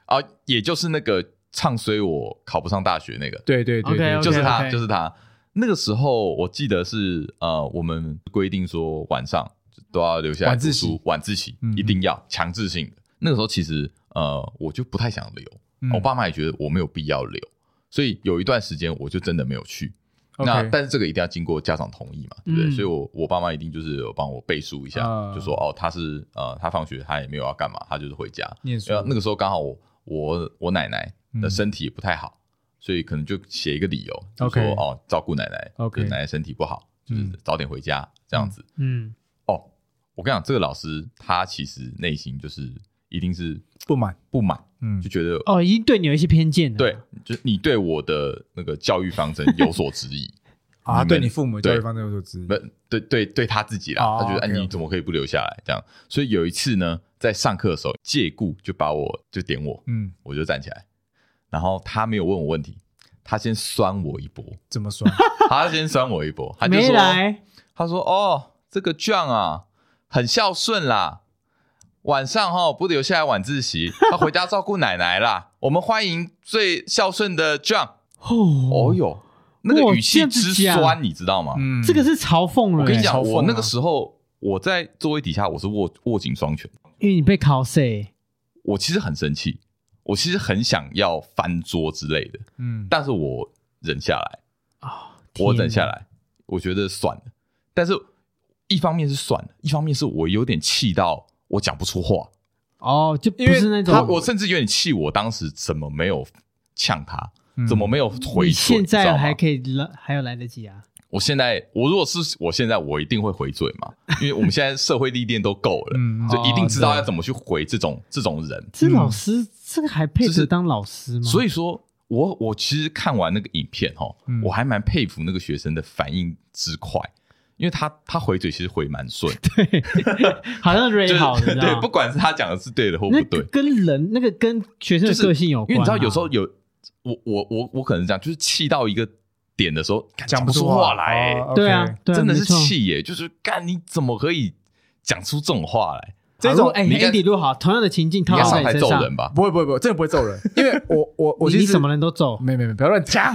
啊，也就是那个唱衰我考不上大学那个，对对对 OK，OK 对，就是他， OK 就是他。那个时候我记得是呃，我们规定说晚上都要留下来晚读自习书，晚自习嗯一定要强制性的。那个时候其实呃，我就不太想留，嗯我爸妈也觉得我没有必要留，所以有一段时间我就真的没有去。那 OK 但是这个一定要经过家长同意嘛，对不对？嗯所以我我爸妈一定就是有帮我背书一下，啊就说哦，他是呃，他放学他也没有要干嘛，他就是回家。念书然后那个时候刚好我我我奶奶的嗯身体也不太好，所以可能就写一个理由，就 OK 说哦，照顾奶奶 OK 就是奶奶身体不好，就是嗯早点回家这样子。嗯，哦，我跟你讲，这个老师他其实内心就是一定是不满，不满，嗯就觉得哦，已经对你有一些偏见了，对，就是你对我的那个教育方针有所质 疑，啊，你们对你父母对教育方针有所质疑不，对对对他自己啦，哦他觉得哎、 OK，OK 你怎么可以不留下来这样？所以有一次呢，在上课的时候，借故就把我就点我，嗯，我就站起来，然后他没有问我问题，他先酸我一波，怎么 说？他先酸我一波，他就没说，来，他说哦，这个 John 啊，很孝顺啦，晚上哈、不留下来晚自习，他回家照顾奶奶啦。我们欢迎最孝顺的 John。哦哦，哟，那个哇语这气样子之讲酸，你知道吗？嗯，这个是嘲讽了，我跟你嘲讲，讽啊我那个时候我在座位底下，我是握握紧双拳，因为你被考欸谁？我其实很生气，我其实很想要翻桌之类的，嗯，但是我忍下来，啊，我天忍下哪，来，我觉得算了。但是一方面是算了，一方面是我有点气到我讲不出话，哦，就不因为是那种他我甚至有点气，我当时怎么没有呛他，嗯怎么没有回嘴？你现你知道在吗嗯还可以来，还有来得及啊！我现在，我如果是我现在，我一定会回嘴 嘛，因为我们现在社会历练都够了，嗯哦就一定知道要么。怎么去回这种这种人。这嗯老师，这个还配就是得当老师吗？所以以说我我其实看完那个影片哦，嗯我还蛮佩服那个学生的反应之快，因为他他回嘴其实回蛮 顺，好像就 Ray 是好的，你知道对，吗不管是他讲的是对的或不那个对，跟人那个跟学生的就是个性有因为关啊。你知道有时候有我我我我可能是这样，就是气到一个点的时候，干讲不出出话来、欸哦，OK 对啊，对啊真的没是错气耶、就是干你怎么可以讲出这种话来？这好如种果哎啊你应该，Andy 录好，同样的情境你套要到上在台身揍上，人吧？不会不会不会，真的不会揍 人，因为我我我你其你实什么人都揍，没没没，不要乱 讲。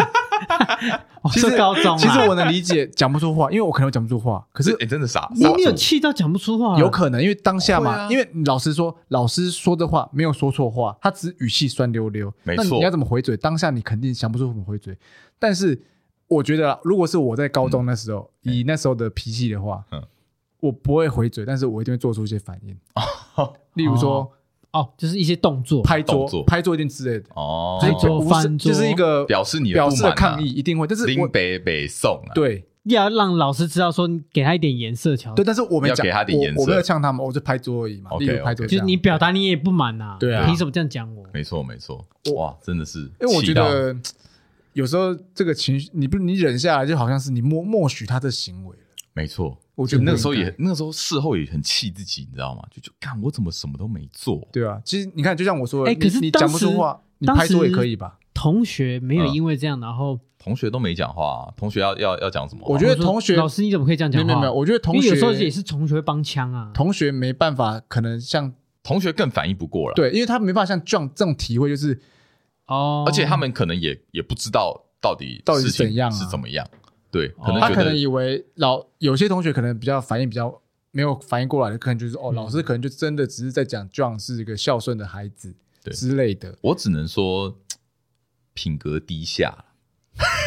哦其实是高中啊其实我能理解讲不出话，因为我可能讲不出话，可可是是哎、真的傻，你傻没有住气到讲不出话，啊有可能因为当下会嘛，啊因为老师说老师说的话没有说错话，他只是语气酸溜溜，没那错你要怎么回嘴？当下你肯定想不出怎么回嘴，但是我觉得啦，如果是我在高中那时候，嗯以那时候的脾气的话，嗯我不会回嘴，但是我一定会做出一些反 应，例如说哦，就是一些动作，拍动桌、作拍桌一定之类的，哦，就是拍桌无视翻桌就是一个表示你的表不示满啊的抗议，一定会，但是我林北北宋啊，对。要让老师知道说，你给他一点颜色瞧。对，但是我没要讲，给他点颜色我我没有呛他们，我就拍桌而已嘛。 OK，例如拍桌 OK 这就样，是你表达你也不满呐，对啊凭什么这样讲我？没错没错，我哇，真的是气到，因为我觉得有时候这个情绪，你不你忍下来，就好像是你默默许他的行为了。没错，我觉得那个不应时候也该那个时候事后也很气自己，你知道吗？就就看我怎么什么都没做，对啊。其实你看，就像我说的，哎你可是你当讲不出时话，你当拍桌时也可以吧？同学没有嗯因为这样，然后同学都没讲话、啊同学要要要讲什么话？啊我觉得我说同学老师你怎么可以这样没讲有话？没有没有，我觉得同因为学有时候也是同学会帮腔啊。同学没办法，可能像同学更反应不过了，，对，因为他没办法像 John 这种体会，就是哦，而且他们可能也也不知道到底到底事是情怎样啊是怎么样，对，哦可能他觉可能得以为老有些同学可能比较反应比较没有反应过来的，可能就是哦，嗯老师可能就真的只是在讲 John 是一个孝顺的孩子对之类的。我只能说品格低下，哎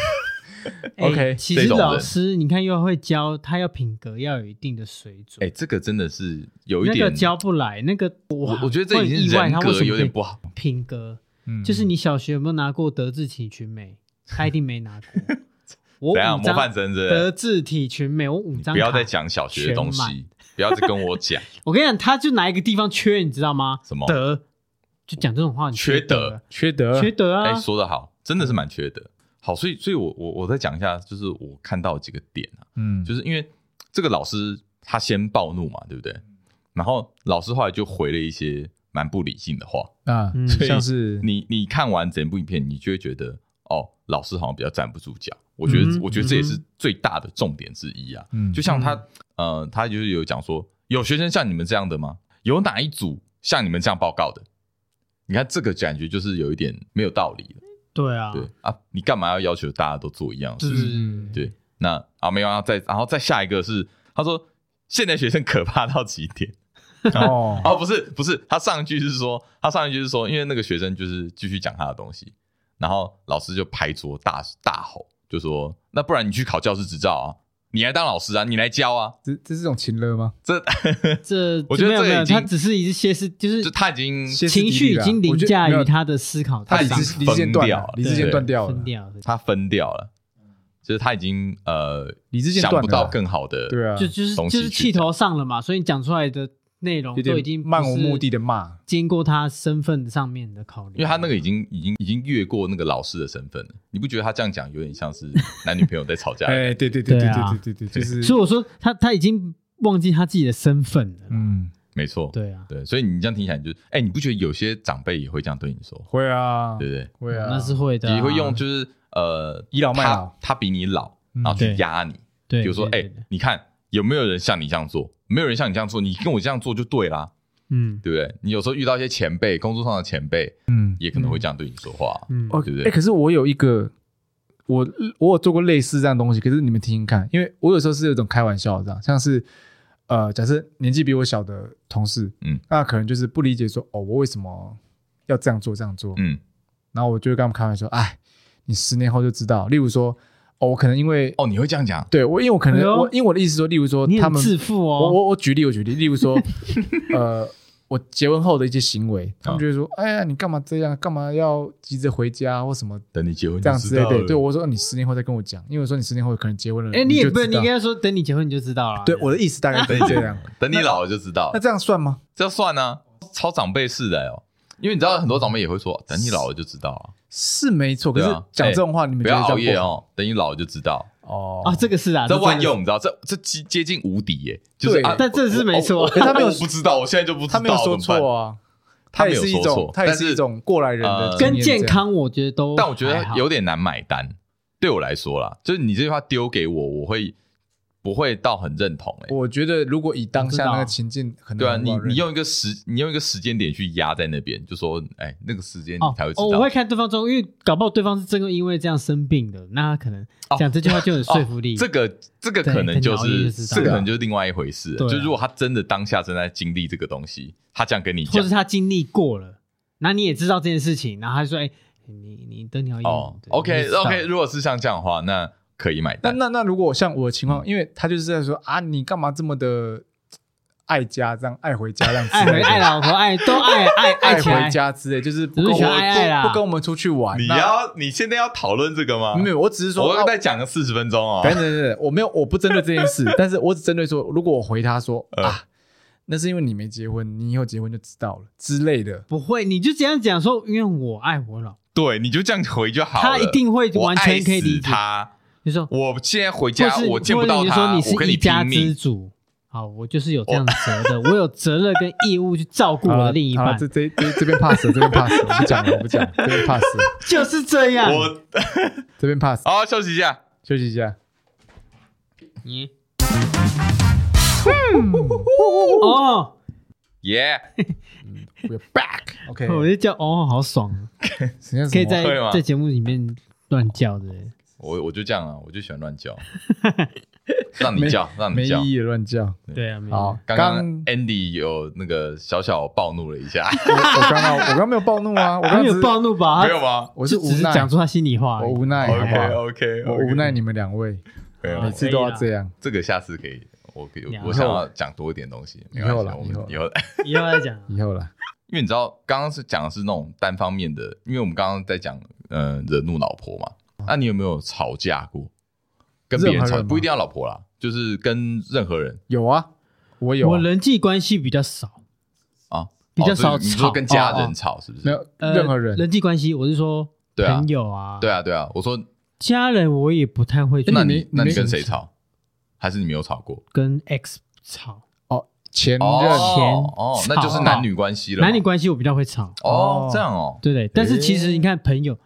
OK，其这实种人老师你看又会教，他要品格要有一定的水准。哎，这个真的是有一那个点，教不来，那个我我我觉得这已经意外，人他为格什有么可点以不好，品格？嗯就是你小学有没有拿过德智体群美？他一定没 拿过。 我怎样五模范张生是不是德智体群美，我五张不要卡再讲小学的东全西满， 不要再跟我讲我跟你讲，他就哪一个地方缺，你知道吗？什 么德，就讲这种话，你缺德，缺德缺德哎、啊！说得好，真的是蛮缺德。好，所以，所以我我我再讲一下，就是我看到几个点啊，嗯，就是因为这个老师他先暴怒嘛，对不对？然后老师后来就回了一些蛮不理性的话。啊嗯，所以像是你你看完整部影片，你就会觉得哦，老师好像比较站不住脚。我觉得，嗯哼我觉得这也是嗯最大的重点之一啊。嗯就像他，呃，他就是有讲说，有学生像你们这样的吗？有哪一组像你们这样报告的？你看这个感觉就是有一点没有道理了。对啊，对啊，你干嘛要要求大家都做一样的就事？是对，那啊没有啊，再然后再下一个是他说现在学生可怕到极 点。哦，哦，不是不是，他上一句是说他上一句是说，因为那个学生就是继续讲他的东西，然后老师就拍桌大大吼，就说那不然你去考教师执照啊，你来当老师啊，你来教啊。这这是种情勒吗？这这我觉得没有这没有，已经他只是一些是就是就他已经歇斯底情里绪已啦经我凌觉得驾没有于他的思考他上，理已智经理智线断掉了了，理智线对断掉了分，掉的，他分掉了，就是他已经呃理智线想断不了到啦更好的对啊，就就是东就西是去气头上了嘛，所以你讲出来的内容有都点已经不漫无是目的的骂，经过他身份上面的考虑，因为他那个已经已经已经越过那个老师的身份了，你不觉得他这样讲有点像 是男女朋友在吵架？哎，对对对对对啊对对对对，就是所以我说他他已经忘记他自己的身份了。嗯，没错，对啊，对，所以你这样听起来你就是，哎，你不觉得有些长辈也会这样对你说，会啊，对不对？会啊，那是会的啊，也会用就是呃倚老卖老他，他比你老，嗯然后去对压你，对，比如说对哎，，你看有没有人像你这样做？没有人像你这样做，你跟我这样做就对啦，嗯对不对？你有时候遇到一些前辈，工作上的前辈，嗯也可能会这样对你说话，嗯，哦对不对哎，可是我有一个，我我有做过类似这样的东西，可是你们听听看，因为我有时候是有一种开玩笑的这样，像是。呃，假设年纪比我小的同事，嗯，那可能就是不理解说，哦，我为什么要这样做这样做，嗯，然后我就会跟他们开玩笑，哎，你十年后就知道。例如说，哦，我可能因为，哦，你会这样讲，对我，因为我可能、哎呦我，因为我的意思是说，例如说你他很们，自负我哦， 我我举例，我举例，例如说，呃，我结婚后的一些行为，他啊们就会说：“哎呀，你干嘛这样？干嘛要急着回家或什么等你结婚就这样知之道类了的？”对，我说你十年后再跟我讲，因为我说你十年后可能结婚了，哎，你也就不，知你道应该说等你结婚你就知道了。对我的意思大概是这 样。等你老了就知道那了，这样算吗？这算呢、超长辈式的哦。因为你知道很多长辈也会说，等你老了就知道啊，是没错，可对是啊讲这种话，你们不觉要得熬这夜样哦，等你老了就知道。不好？啊，这个个是啊，这万真的是用，你知道，这这接接近无敌耶，就是对啊，但这是没错我我可是他没有我不知道，我现在就不知道，他没有说怎么错办，啊，他也没有是一说种错，，他也但是一种过来人的呃经验跟健康我觉得都还好，但我觉得有点难买单。对我来说啦，就是你这句话丢给我，我会不会到很认同、这欸？样。我觉得如果以当下那我知个道情境，可能对啊，很你好认你用一个时你用一个时间点去压在那边，就说哎、那个时间哦你才会知哦，道。我会看对方状况，因为搞不好对方是真的因为这样生病的，那他可能讲这句话就有说服力。哦这个这个可能就对等你熬是夜就知道这个可能就是另外一回事了。对啊就如果他真的当下正在经历这个东西，他这样跟你或讲者是，他经历过了，那你也知道这件事情，然后他就说：“哎，你你等你要哦对你就，OK 知道 OK，如果是像这样的话，那可以买那单。那那如果像我的情况，因为他就是在说啊，你干嘛这么的爱家，这样爱回家，这样之爱类回爱的，老婆爱都爱 爱爱起来回家之类，就是不跟只是我喜欢爱爱啦不不跟我们出去玩。你那要你现在要讨论这个吗？没有，我只是说，我啊会再讲个四十分钟哦。等等等等，我没有，我不针对这件 事，但是我只针对说，如果我回他说呃啊，那是因为你没结婚，你以后结婚就知道了之类的。不会，你就这样讲说，因为我爱我老，对，你就这样回就好了。他一定会我完爱全可以死理解。他。就说，我现在回或家，是我见不到或他，者你我说跟你是一拼家之命。主，好，我就是有这样的责任，我有责任跟义务去照顾我好的了另一好了半，这这这这边 pass，这 边 pass，我不讲了，我不讲了，这边 pass，就是这样。我这边 pass，好休息一下。休息一下。你，嗯哦。”耶， We're back，OK，、我就叫哦，好爽啊，什么可以在会吗在节目里面乱叫的。我我就这样啊，我就喜欢乱 叫，让你叫，让没你叫意。义的乱叫。对啊，没有好，刚哎刚 Andy 有那个小小暴怒了一 下，我哎我刚刚我刚刚没有暴怒 啊，我他刚刚只没有是暴怒吧？没他有吗我是就无只是奈，讲出他心里话而已。我无奈，啊哎好不？OK 好？ OK，啊我无奈你们两位，每次都要这样。这个下次可以，我可以以，后我想要讲多一点东西，没以后关啦系，我以后们以后 以后再讲。啊以后啦，因为你知道，刚刚是讲的是那种单方面的，因为我们刚刚在讲，呃，惹怒老婆嘛。那、你有没有吵架过？跟别人哦任何吵，人吗不一定要老婆啦，就是跟任何人有啊，我有我啊，人际关系比较少，啊，比较哦少就是你吵说跟家哦哦人吵是不是？没有呃任何人。人际关系，我是说对啊朋友啊，对啊，对啊。我说，家人我也不太会去那哎你你那没你跟谁吵？还是你没有吵过？跟 X 吵，哦，前任哦哦前，那就是男女关系了嘛。男女关系我比较会吵，哦，这样哦，对不对？但是其实诶你看朋友，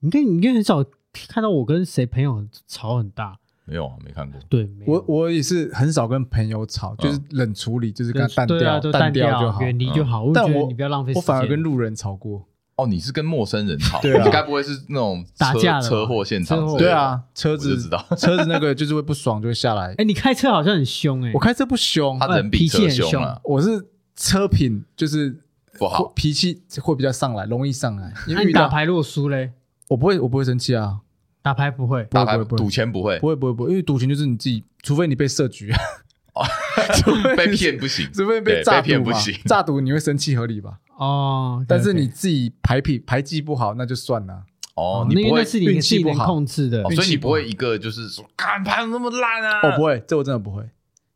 你看你应该很少看到我跟谁朋友吵很大，没有啊，没看过。对，没有我我也是很少跟朋友吵，就是冷处理，就是跟他淡啊对啊，掉，都淡掉就好。嗯远离就好。我但觉得我你不要浪费时间。我反而跟路人吵过，哦，你是跟陌生人吵，对啊你该不会是那种车打架了吧车祸现场车之祸类的？对啊，车我子就知道 车子那个就是会不爽就会下来 哎，。你开车好像很凶哎我，开车不凶他，人比脾气车很凶凶啊，我是车品就是不好会。脾气会比较上来，容易上来。因欸那为遇你到打牌如果输嘞，我不会我不会生气啊，打牌不会。打牌不会不会赌钱不会不，会不会不会，因为赌钱就是你自己，除非你被设局，除非被骗不行，哦除非对诈被赌骗嘛不行，诈赌你会生气合理吧？哦，但是你自己牌品牌技不好，那就算了。哦，你那不因为会那是你运自气己能不好控制的哦，运所以气你不不会一个就是说，干牌怎么那么烂啊？哦我不会，这我真的不会。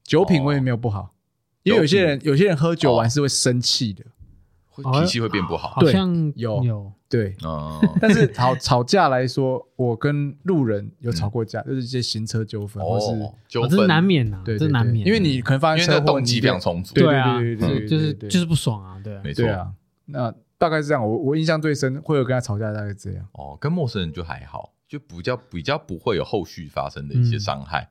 酒哦品我也没有不好，因为有些人有些人喝酒完是会生气的，会脾气会变不好。好对像有有对。嗯， 但是吵吵架来说，我跟路人有吵过架，就是一些行车纠纷，或是嗯哦，纠哦这是纷难，免呐，对，这对难对免，啊因为你可能发因为生那车祸，动你机非非常冲突。对对啊对对对对就对是对对就是不爽啊，对啊。没错对。啊。那大概是这样，我我印象最深，会有跟他吵架，大概是 这样。哦，跟陌生人就还好，就比较比较不会有后续发生的嗯一些伤害。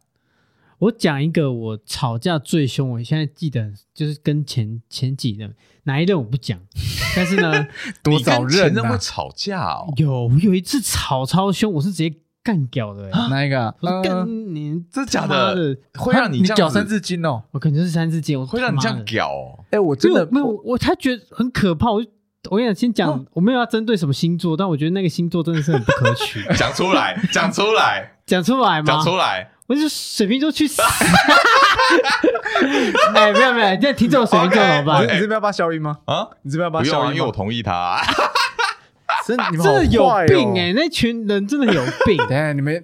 我讲一个我吵架最凶，我现在记得就是跟前前几任哪一任我不讲， 但是呢，多你跟少前人任啊会？吵架哦？有我有一次吵超凶，我是直接干掉的欸，哪一个啊？我嗯说干你真的假他妈的？会让你这屌样三子，字经哦？我可能就是三字经，我会让你这他样妈的屌哦？哎，我真的没有我我他觉得很可怕。我就我跟你讲，先讲，我没有要针对什么星座，但我觉得那个星座真的是很不可取，讲出来，讲出来，讲出来嘛，讲出来！我就水瓶座去死， 哎，没有没有，这听众水平够怎么你办？你这边要发消音吗？啊，你这边要发不用消啊，音因为我吗？同意他。啊真的你们真的有好坏哦病哎，那群人真的有病。等一下你们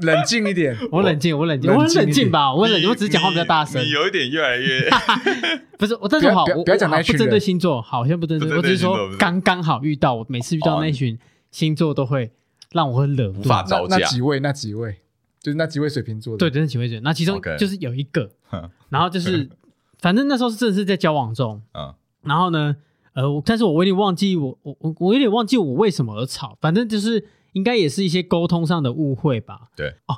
冷静一点，我冷静，我冷静，冷我静很冷一点静吧，我很冷静，你我只是讲话比较大声你你。有一点越来越不是，我但是我好，不要不要我不要讲我好那群不针对人星座，好像不针不对，针我只对是星座不说是刚刚好遇到，我每次遇哦到那群星座都会让我很惹无怒。法那招那架。几位那几位就是那几位水瓶座的，对，真的请问一下，那其中 OK 就是有一个哼，然后就是，反正那时候是真的是在交往中，嗯，然后呢，呃，我但是我有点忘记我我我我有点忘记我为什么而吵，反正就是应该也是一些沟通上的误会吧。对，哦，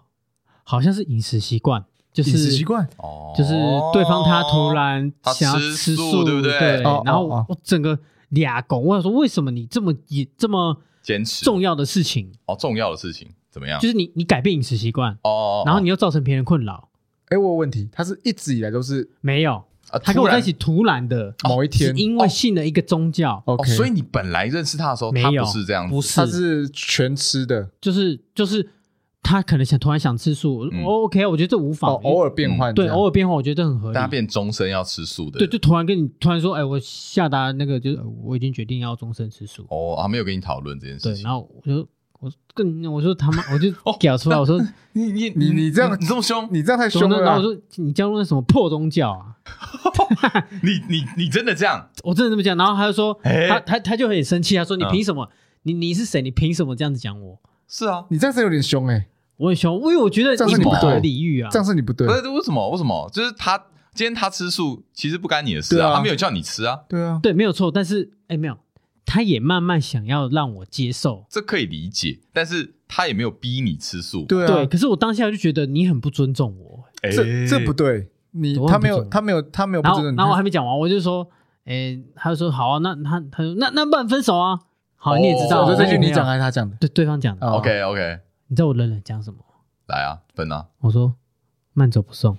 好像是饮食习惯，就是饮食习惯哦就是对方他突然他想要吃吃素对不对对？哦然后哦哦我我整个俩拱，我想说为什么你这么也这么坚持重要的事情，哦重要的事情怎么样？就是你你改变饮食习惯，哦哦，哦然后你又造成别人困扰，哎，我有问题，他是一直以来都是没有，啊他跟突我然在一起突然的，哦某一天是因为信了一个宗教，哦， ，OK，所以你本来认识他的时候，没他有不是这样子，不是他是全吃的，哦就是就是他可能想突然想吃素、嗯 o k 我觉得这无妨，哦，偶尔变换，嗯对这样偶尔变化，我觉得这很合但他理。变终身要吃素的对，人。就突然跟你突然说，哎，我下达那个就是呃我已经决定要终身吃素，哦，他没有跟你讨论这件对事，情然。后我就我更我说他 妈，我就哦屌出来，我说你你你你这样你这么 凶，啊你这样太怎么凶能了然后我啦，说你加入那什么破宗教啊？你你你真的这样？我真的这么讲，然后他就说哎他他他就很生气，他说你嗯凭什么？你你是谁？你凭什么这样子讲我？是啊，你这样是有点凶哎，我很凶，因为我觉得这样是你你不不可对理喻啊这。样是你不对不，是为什么？为什么？就是他今天他吃素，其实不干你的事对啊，啊他没有叫你吃啊，对啊，对，没有错，但是哎，没有，他也慢慢想要让我接受。这可以理解，但是他也没有逼你吃素。对对，啊，可是我当下就觉得你很不尊重我。哎，这这不对，你我很他没不有尊重他没有他没有不然后尊重你，然后我还没讲完，我就说，哎，他就说好啊，那他他说那那不然分手啊。好，你也知所以道，我说这句我没你有讲还是他讲的对对方讲的，哦 OK OK，你知道我冷冷讲什么？来啊，分啊！我说慢走不送。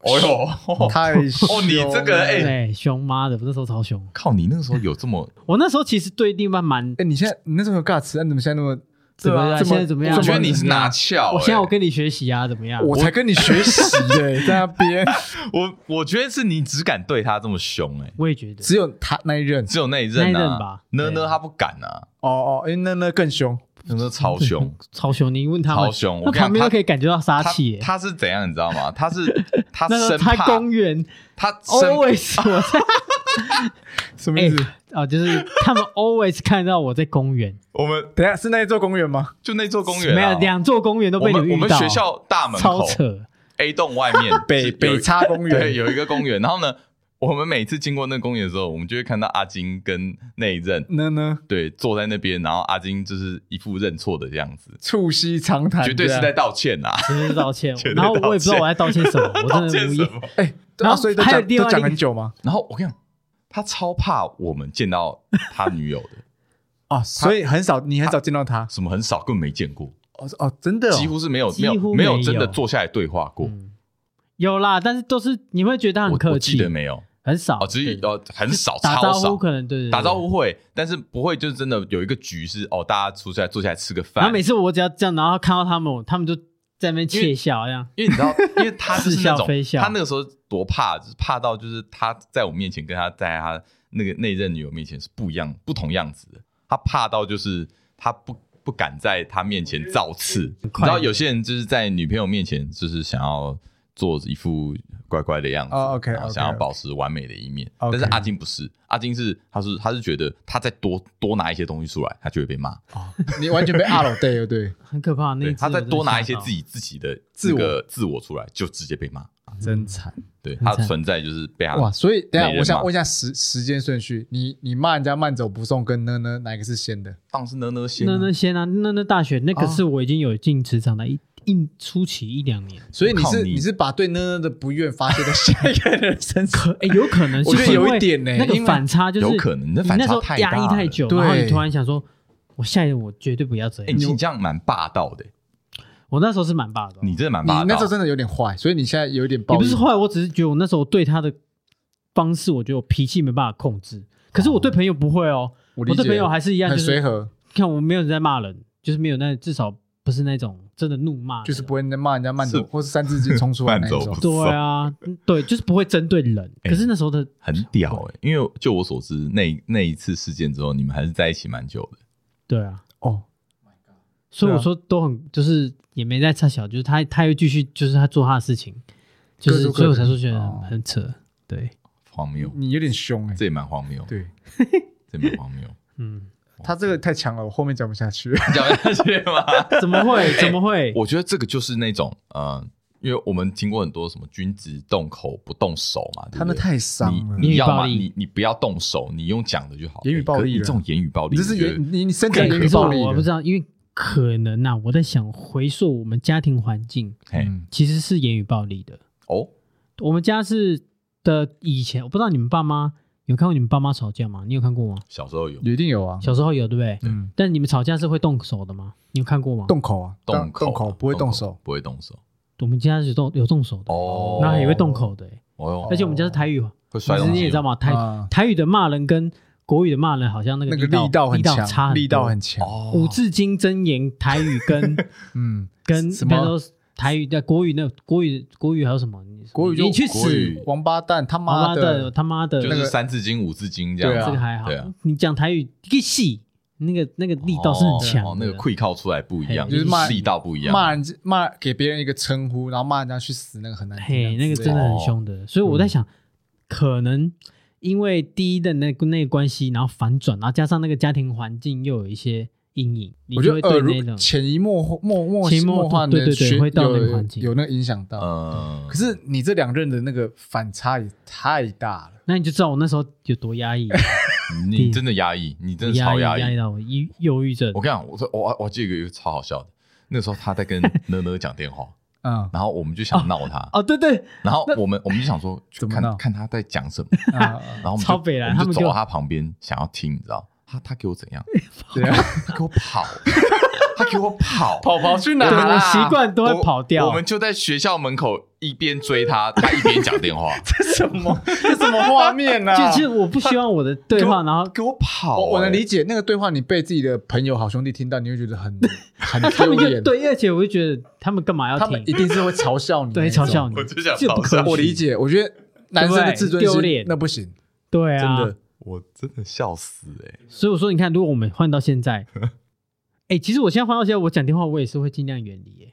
哦呦，太哦你这个凶了哎对，凶妈的，我那时候超凶。 靠，你那个时候有这 么？我那时候其实对另一半蛮哎，你现在你那时候有尬词，啊你怎么现在那么？啊怎么样？这么现在怎么样？我觉得你是 拿怎翘欸。么样我现在我跟你学习啊，怎么样？我才跟你学习耶，在那边 我我觉得是你只敢对他这么凶，哎，我也觉得只有他那一任只有那一任那一啊，任吧呢对呢他不敢啊，哦哦，哎，那那更凶，那呢超 凶，超凶。你问他们超凶我那跟你讲旁边他都可以感觉到杀他气耶。欸他是怎样你知道吗？他 是他那时生候他怕公园他生 always 我在什么哎意思？哦，就是他们 always 看到我在公园，我们等一下是那一座公园吗？就那座公园啊没有两座公园都我被你们我遇们到，啊学校大门超口扯。 A 栋外 面北是有一北叉 公对园有一个公园，然后呢，我们每次经过那个公园的时候，我们就会看到阿金跟那一任呢呢，对坐在那边，然后阿金就是一副认错的样子，促膝长谈，绝对是这在样道歉啊，真是道歉 绝对，然后我也不知道道歉我在道歉什 么，道啊我真的歉无什言。么？哎，对然啊，后所以都还有讲另外都一讲个很久吗？然后我跟你讲，他超怕我们见到他女友的， 啊，所以很少你很少见到他什么很少，根本没见过，哦是哦，真的哦几乎是没有几乎没有没有真的坐下来对话过。嗯有啦，但是都是你会觉得他很我我客记气得，没有很少哦，只对是哦很少，打超招呼少。可能对对对打招呼会，但是不会就是真的有一个局是哦，大家出下来坐下来吃个然饭后，每次我只要这样，然后看到他们，他们就在那边因为窃笑，这样因为你知 道，因为他就是那似笑种非笑他那个时候多怕，就是怕到就是他在我面前跟他在他那个那一任女友面前是不一样不同样子的，他怕到就是他不不敢在他面前造次，你知道有些人就是在女朋友面前就是想要做一副乖乖的样子、哦，OK，然后 OK，想要 OK 保持完美的一面 OK 但是阿金不是，阿金是他是他是觉得他再多多拿一些东西出来，他就会被骂。你完全被阿老 day 了，对，很可怕。那对，一他只再我真的多拿一些吓到自己自己的自这我个自我出来，就直接被骂。 真惨对，很他惨存在就是被他哇！所以等嗯没一下人我想骂问一下时时间顺序，你你骂人家慢走不送跟呢呢哪一个是先的？当是呢呢先啊那那先啊，那那大学那可哦是我已经有进职场的一一初期一 两年，所以你靠是你你是把对呢呢的不愿发泄到 下一个人身上，哎，有可能我觉得就是因为有一点呢那个因为反差就是有可能那你反那时差候太压抑大太了久，对然后你突然想说，我下一任我绝对不要这哎、你样。你这样蛮霸道的、欸我那时候是蛮霸道，你真的蛮你霸那时候道。真的有点坏，所以你现在有一点暴也力。不是后来我只是觉得我那时候对他的方式，我觉得我脾气没办法控制，可是我对朋友不会哦，我理我解对朋友还是一样，很就随是和，看我没有人在骂人，就是没有那至少不不是那种真的怒骂的，就是不会骂人家慢走，是或是三字经冲出来那慢一走种不。对啊，嗯对，就是不会针对人。哎可是那时候的很屌哎、因为就我所知，那那一次事件之后，你们还是在一起蛮久的。对啊，哦，所以对啊我说都很就是也没在差小，就是他他又继续就是他做他的事情，就各是做各所以我才的说觉得很,、哦很扯。对，荒谬，你有点凶哎、这也蛮荒谬，对这也蛮荒谬。 嗯，他这个太强了，我后面讲不下去。讲下去吗？怎么哎会？怎么会？我觉得这个就是那种呃，因为我们听过很多什么君子动口不动手嘛，对 他不那对太伤了，你言你语要暴嘛力你你不要动手，你用讲的就好。言语暴力可是你了这种言语暴力，你这是我觉得言你你身体更言可语怕暴哎我力我不知了。道，因为可能啊，我在想回溯我们家庭环境，嘿嗯其实是言语暴力的。哦，我们家是的，以前我不知道你们爸妈有看过你们爸妈吵架吗？你有看过嗯吗？小时候有一定有啊，小时候有对不对？嗯，但你们吵架是会动手的吗？你有看过吗？，动口啊，动口动口不会动手，，不会动手我们家是动有动手的，哦，然后也会动口的欸、哦哎而且我们家是台语，会其摔实东西，你也知道吗？台、啊台语的骂人跟国语的骂人好像那个那个力力道很力道差强，多力道很强。哦，古至今真言台语跟嗯，跟什比么如说台语的国语那国语国语还有什么？你国语就你去国语死！王八蛋他妈妈妈的的，他妈的，就那是个三字经五字经这对样啊这子个。还好对啊。你讲台语一个戏，那个那个力道是很强的哦，哦那个溃靠出来不一样，嘿就是骂力道不一样，骂人骂给别人一个称呼，然后骂人家去死，那个很难听。啊嘿，那个之类真的的很凶的。所以我在想，可能因为第一的那个那个关系，然后反转，然后加上那个家庭环境又有一些阴影，你我就觉会得耳呃对濡那种潜移默化默默潜移默化化对的对对学会到那个有环境有那个影响到。嗯，可是你这两任的那个反差也太大了，那你就知道我那时候有多压抑，你真的压抑，你真的嗯压超抑压压抑抑。到我抑忧郁症我。跟你讲，我说我我记得有一个超好笑的，那时候他在跟 呢呢讲电话， 嗯然后我们就想闹他，哦，对对，然后我们我们就想说 去怎么看闹看他在讲什么，啊，然后我们就超北蓝我他们们就走就到他旁边想要听，你知道他他给我怎 样？对啊，他给我跑，他给我跑，跑跑去哪对我啦？的习惯都会跑掉。我们就在学校门口一边追他，他一边讲电 话，这什么？啊这什么画面呢？就其实我不希望我的对话，然后给我跑，我我能哎理解那个对话，你被自己的朋友、好兄弟听到，你会觉得很很他丢们就脸。对，而且我就觉得他们干嘛要他们一听？定是会嘲笑你，对，嘲笑。你，我就想这不跑可上取。我理，解，我觉得男生的自尊对丢心脸那不行，对真啊，的。我真的笑死哎、所以我说，你看，如果我们换到 现在，哎、其实我现在换到现在，我讲电话我也是会尽量远离、哎，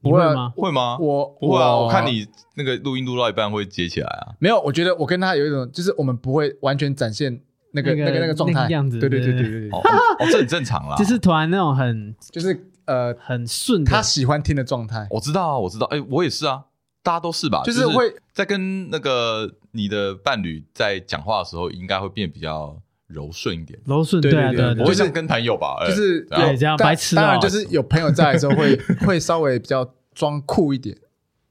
你不会啊会吗？会吗？我不会啊，我看你那个录音录到一半会接起来啊。没有，我觉得我跟他有一种，就是我们不会完全展现那个那个那个那个状态那个样子对对对对对对对对哦， 对，哦这很正常啊啦。就是突然那种很就是呃，很顺的他，喜欢听的状态。我知道啊，我知道，哎，我也是啊，大家都是吧？就就是会在跟那个你的伴侣在讲话的时候，应该会变比较柔顺一点，柔顺，对对啊，对对啊对不对会啊，像跟朋友吧？哎就是对啊有这样但白痴啊当然就是有朋友在的时候 会会稍微比较装酷一点，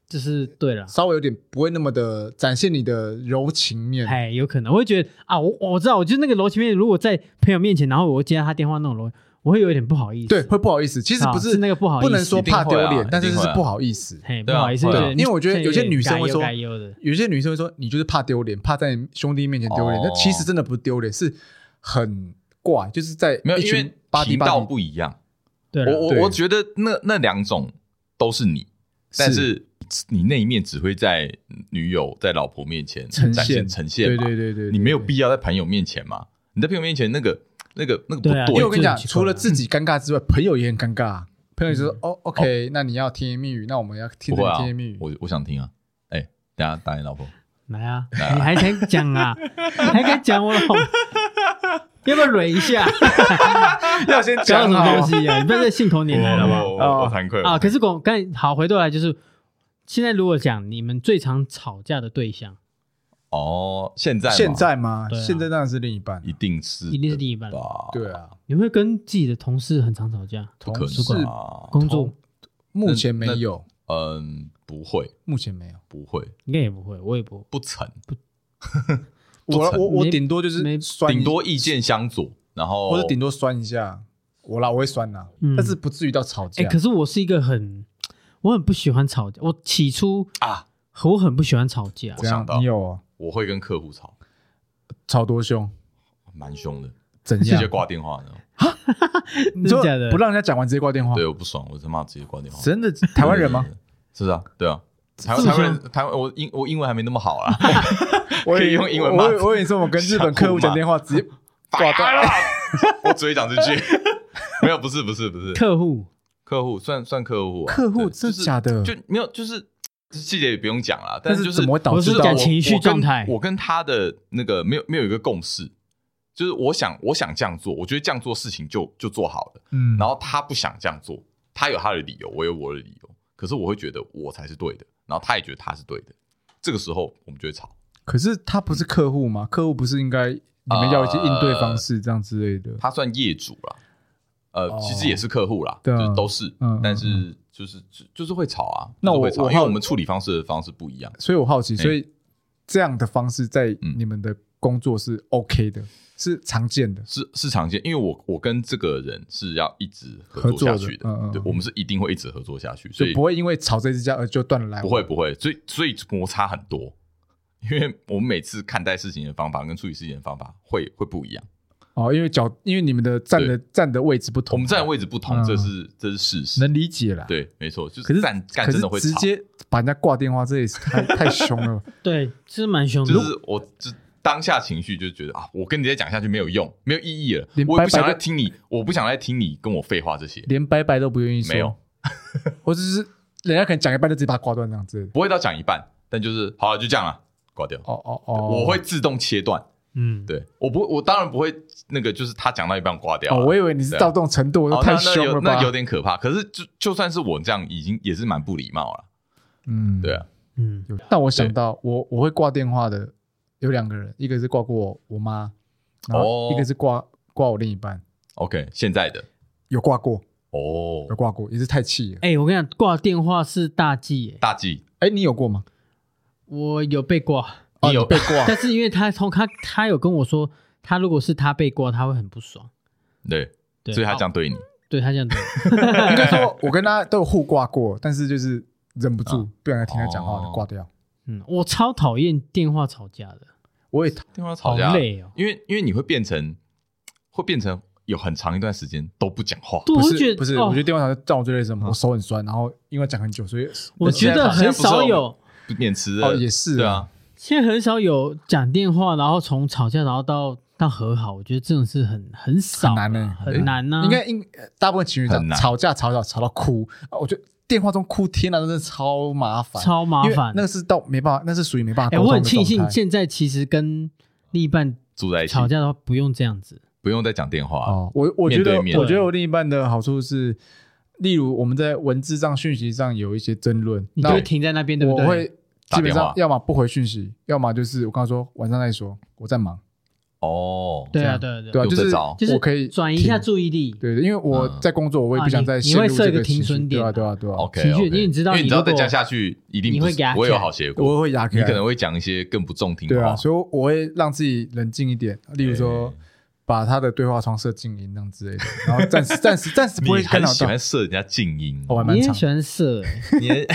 就是对了，稍微有点不会那么的展现你的柔情面。哎，有可能我会觉得啊，我我知道，我就是那个楼前面，如果在朋友面前，然后我接他电话那种楼，我会有点不好意思，对，会不好意思。其实啊不是那个不好意思，不能说怕丢一定会脸啊，但是一就定是会啊不好意思。嘿，不对啊好意思，会啊就觉得因为我觉得有些女生会说改优改优的，有些女生会说你就是怕丢脸，怕在兄弟面前丢脸，哦那其实真的不是丢脸，是很怪，就是在没有，一因为群巴迪频巴道迪，不一样。对我了，我对啊我觉得那那两种都是你，但是你那一面只会在女友、在老婆面前呈展现现呈现对嘛对对对，你没有必。必要在朋友面前嘛？你在朋友面前那个那个那个不对啊因为对我跟你讲，这很奇怪啊除了自己尴尬之外，朋友也很尴尬啊。朋友就说：“哦，OK，那你要甜言蜜语，那我们要听嗯不会着啊甜言蜜语。”我我想听啊，哎，等一下打你老婆，来啊，你还敢讲啊？还敢讲我老婆？要不要蕊一下？ 要先讲讲什么好东，西啊？你不要再信口拈来了吧？我哦我惭愧啊，可是我刚才好回头来就是，现在如果讲你们最常吵架的对象，哦，现 在吗现在吗？对啊现在当然是另一半，一定是一定是另一半的吧？，对啊，你会跟自己的同事很常吵架？不同可事能啊，工作目前没有，嗯，不会目前没有。不会应该也不会，我也不。不成，我不我我没顶多就是没酸一，顶多意见相左，然后啊或者顶多酸一下，我啦我会酸啦嗯，但是不至于到吵哎、架。可是我是一个很，我很不喜欢吵架。我起初啊，我很不喜欢吵架这，我想样到你有哦我会跟客户吵，吵多凶？蛮凶的，怎直 样哦接？挂电话呢。你真就的假的不让人家讲完直接挂电话，对，我不爽，我他妈直接挂电话。真的台湾人吗？对？对对是啊，对啊。台这湾台么湾凶人，台湾我英我英文还没那么好啊，我 以为可以用英文我骂以我以为你说我跟 日本客户讲电话直接挂断，了。 我只会讲这句，没有，不是不是不是，客户客户算算客户啊，客户对真就的是假的？就没有，就是细节也不用讲了，但但是就是是怎么会导我致是到感我情绪我跟状态我跟他的那个没有没有一个共识，就是我想我想这样做，我觉得这样做事情就就做好了，嗯，然后他不想这样做，他有他的理由，我有我的理由，可是我会觉得我才是对的，然后他也觉得他是对的，这个时候我们就会吵。可是他不是客户吗？客户不是应该你们要一些应对方式这样之类的？他算业主啦，哦呃，其实也是客户啦，对啊就是都是嗯嗯，但是就是就就是会吵啊，那就是我会吵我好因为我们处理方式的方式不一样，所以我好奇，哎所以这样的方式在嗯你们的工作是 OK 的，是常见的。是是常见，因为我我跟这个人是要一直合合作作的下去的，嗯嗯嗯对，我们是一定会一直合作下去，就所以不会因为吵这只架而就断了来不往。会不会，所以所以摩擦很多，因为我们每次看待事情的方法跟处理事情的方法会会不一样，哦，因为角，因为你们的站的站的位置不我同，们站的位置不嗯同，这是这是事实，能理解啦。，对，没错，就可是干干可真是的会直吵，接把人家挂电话，这也是太太凶 了。对，是蛮凶的。就是我就当下情绪就觉得啊，我跟你再讲下去没有用，没有意义了，连我也不拜想拜再都听你，我不想再听你跟我废话这些，连拜拜都不愿意说，没有， 或者是人家可能讲一半就直接把它挂断这样子。不会到讲一半，但就是好了，就这样了，挂掉。哦哦哦，我会自动切断，嗯，对我不，我当然不会那个，就是他讲到一半挂掉哦，了。我以为你是对啊到这种程度，我说哦太那那凶了有吧？那有点可怕。可是就就算是我这样，已经也是蛮不礼貌了。嗯，对啊，嗯，有。但我想到我我会挂电话的有两个人，一个是挂过我我妈，然后哦一个是挂挂我另一半， OK，现在的有挂过，哦有，挂过，也是太气了。哎、我跟你讲，挂电话是大忌耶。大忌，哎，你有过吗？我有被挂，哦你有被挂？但是因为他从他他有跟我说，他如果是他被挂，他会很不爽。对，对，所以他这哦样对你，对他这样子， 应该说，我跟他都有互挂过，但是就是忍不住不想再听他讲嗯话，哦就挂掉。嗯，我超讨厌电话吵架的，我也电话吵好架，累哦。因为因为你会变成会变成有很长一段时间都不讲话。对，不我会觉是得不是，哦我觉得电话吵让我最累是什么？嗯我手很酸，然后因为讲很久，所以我觉得很少有，免词哦的也是对啊，现在很少有讲电话，然后从吵架，然后到到和好，我觉得这种事很很少啊，很难欸很难呢。应该应大部分情侣吵很难吵架吵吵吵到哭，啊我觉得电话中哭，天哪，真的超麻烦，超麻因为烦那。个是到没办法，那是属于没办法哎，沟我通的很状态。庆幸现在其实跟另一半住在一起，吵架的话不用这样子。不用再讲电话了。哦，我我觉面得对面我觉得我另一半的好处是，例如我们在文字上、讯息上有一些争论，你那就会停在那边，对不我对？会基打本电上话要么不回讯息，要么就是我刚刚说晚上再说，我在忙，哦，对啊，这对啊对对啊，啊，有就这是招就是我可以转移一下停注意力。对对，因为我嗯在工作，我也不想再啊你陷入你会设这一个情停绪损点对啊啊对啊对啊， OK，情绪因为你知道因为你你知道如果再降下去一定你不会是给他不会有看好结果，我会压开，你可能会讲一些更不中听的对话啊，。所以我会让自己冷静一点，例如说哎。把他的对话窗设静音，那样之类的，然后暂时暂时暂时不会你干很扰喜到欢。射人家静音，哦，我还蛮你长很的喜欢射、欸，你很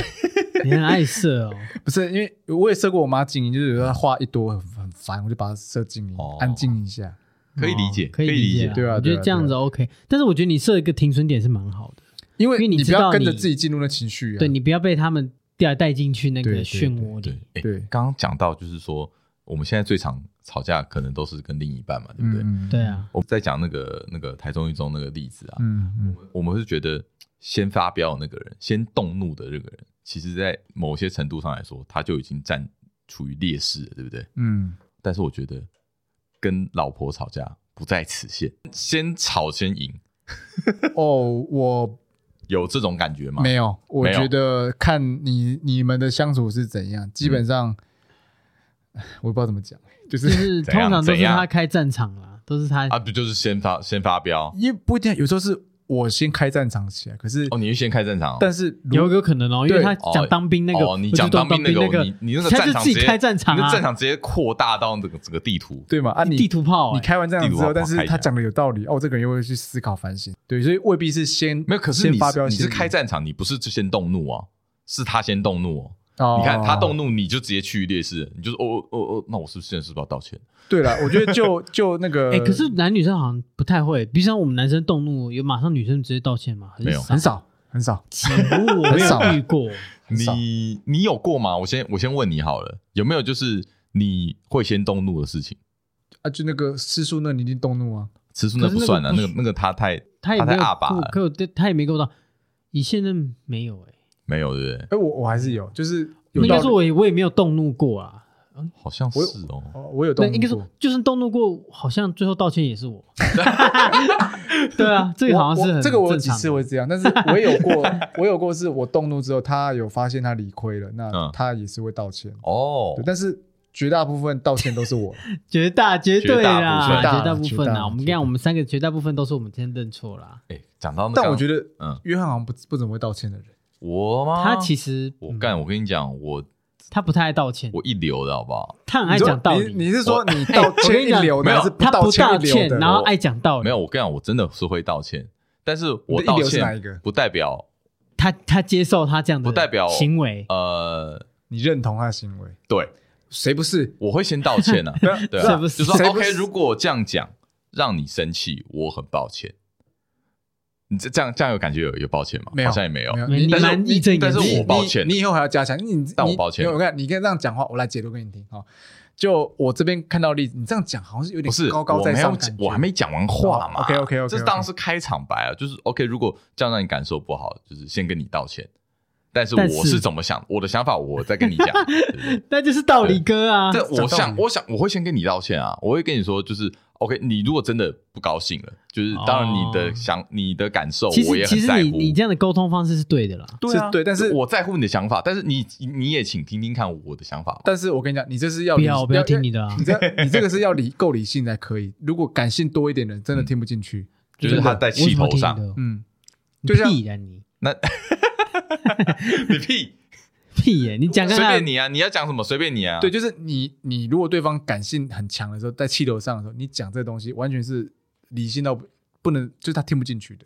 你很爱射哦。不是，因为我也设过我妈静音，就是有时候她话一多很很烦，我就把它设静音，哦安静一下。 可以理解哦可以可以理理解解啊，对啊我对觉啊得这样子 OK。但是我觉得你设一个停损点是蛮好的，因为因为你你不知道要跟着你自己进入那情绪啊。对你不要被他们掉带进去那对个对漩涡对里。，哎对刚刚讲到就是说，我们现在最常吵架可能都是跟另一半嘛，对不对？嗯对，啊，我们在讲那个那个台中一中那个例子啊，嗯嗯，我们是觉得先发飙的那个人，先动怒的这个人，其实在某些程度上来说，他就已经占处于劣势了，对不对？嗯，但是我觉得跟老婆吵架不在此限，先吵先赢，哦，我有这种感觉吗？没有，我没有觉得看你你们的相处是怎嗯样，基本上 我也不知道怎么讲，就就是是怎通样常都怎是样他开战场啦，都是他。啊，不就是先发先发飙？因为不一定，有时候是我先开战场起来，可是哦，你是先开战场哦、但是如有有可能哦，因为对他讲当兵那个，哦，你我讲就懂当当兵那个，个，你你那个他战就场自直己接开战场你啊，的战场直接扩大到那个整个地图。对嘛啊你地图炮欸，你开完战场之后，哦地图哦但炮是开一他下讲的有道理哦，这个人又会去思考反省，对，所以未必是先没有，可是先你发飙，你是先开战场，你不是先动怒啊，是他先动怒、哦，哦你看他动怒，你就直接去烈士，你就是哦哦哦哦，那我是不是现在是不是要道歉？ 对了，我觉得就就那个，哎、呃可是男女生好像不太会，比如像我们男生动怒，有马上女生直接道歉吗？很没有很少很少，几 乎我没很有少遇过。很少你你有过吗？我先我先问你好了，有没有就是你会先动怒的事情？啊，就那个吃素那，你一定动怒啊。吃素那不算了，可那是个那个他太他也没太有阿爸跟我了，可我他也没跟我道，以现在没有哎、没有对不对？哎，我我还是有，就是有应道该理说我也我也没有动怒过啊。好像是我哦。哦，我有动对，怒应该过说就算动怒过，好像最后道歉也 是我。对啊，这个好像我是我很这个我有正几常的次会这样，但是我也有 过，我有过是我动怒之后，他有发现他理亏了，那嗯他也是会道歉，哦对，但是绝大部分道歉都是我， 绝大绝对啦，绝大部分绝绝大绝部分啦。大我们讲我们三个绝大部分都是我们今天认错啦。哎，讲到那，但我觉得嗯，约翰好像不不怎么会道歉的人，我哦吗？他其实我嗯干，我跟你讲，我他不太爱道歉，我一流的好不好？他很爱讲道你理，你是说你哎道我跟歉你一讲流的，没有还是他道道一流歉，的？哦然后爱讲道理。没有，我跟你讲，我真的是会道歉，但是你我的一道流是哪一歉个？不代表他他接受他这样的不代表行为，呃，你认同他的行为，对，谁不是？我会先道 歉啊，对啊，是不是就说谁不 OK，是如果我这样讲让你生气，我很抱歉。你这这样这样有感觉有有抱歉吗？没有好像也没有。没有你呃但是蛮义正言但是辞我的。抱歉你你以后还要加强。你但我你抱歉你我看你跟这样讲话，我来解读给你听哈。就我这边看到例子，你这样讲好像是有不点是，高高我在没上有的感，觉我还没讲完话嘛。哦，OK，OK，OK，OK 这当然是开场白啊，就是 OK。如果这样让你感受不好，就是先跟你道歉。但是但是我是怎么想，我的想法我再跟 你讲。对不对那就是道理哥啊，但我讲道想，理我想我会先跟你道歉啊，我会跟你说，就是 OK。你如果真的不高兴了，就是当然你哦的想你的感受，其我也实其很实在你乎。你这样的沟通方式是对的啦。对啊，是对但是我在乎你的想法，但是你你也请听听看我的想 法嘛。但是我跟你讲，你这是要不理要我不要听你的啊你这你这 个是要理够理性才可以。如果感性多一点的人，真的听不进去。就是他在气头上我怎么听嗯，你的就像屁呀你那你屁，屁耶，你讲随看看便你啊，你要讲什么随便你啊。对，，就是你你如果对方感性很强的时候，在气头上的时候，你讲这东西完全是理性到不不能，就是他听不进去的。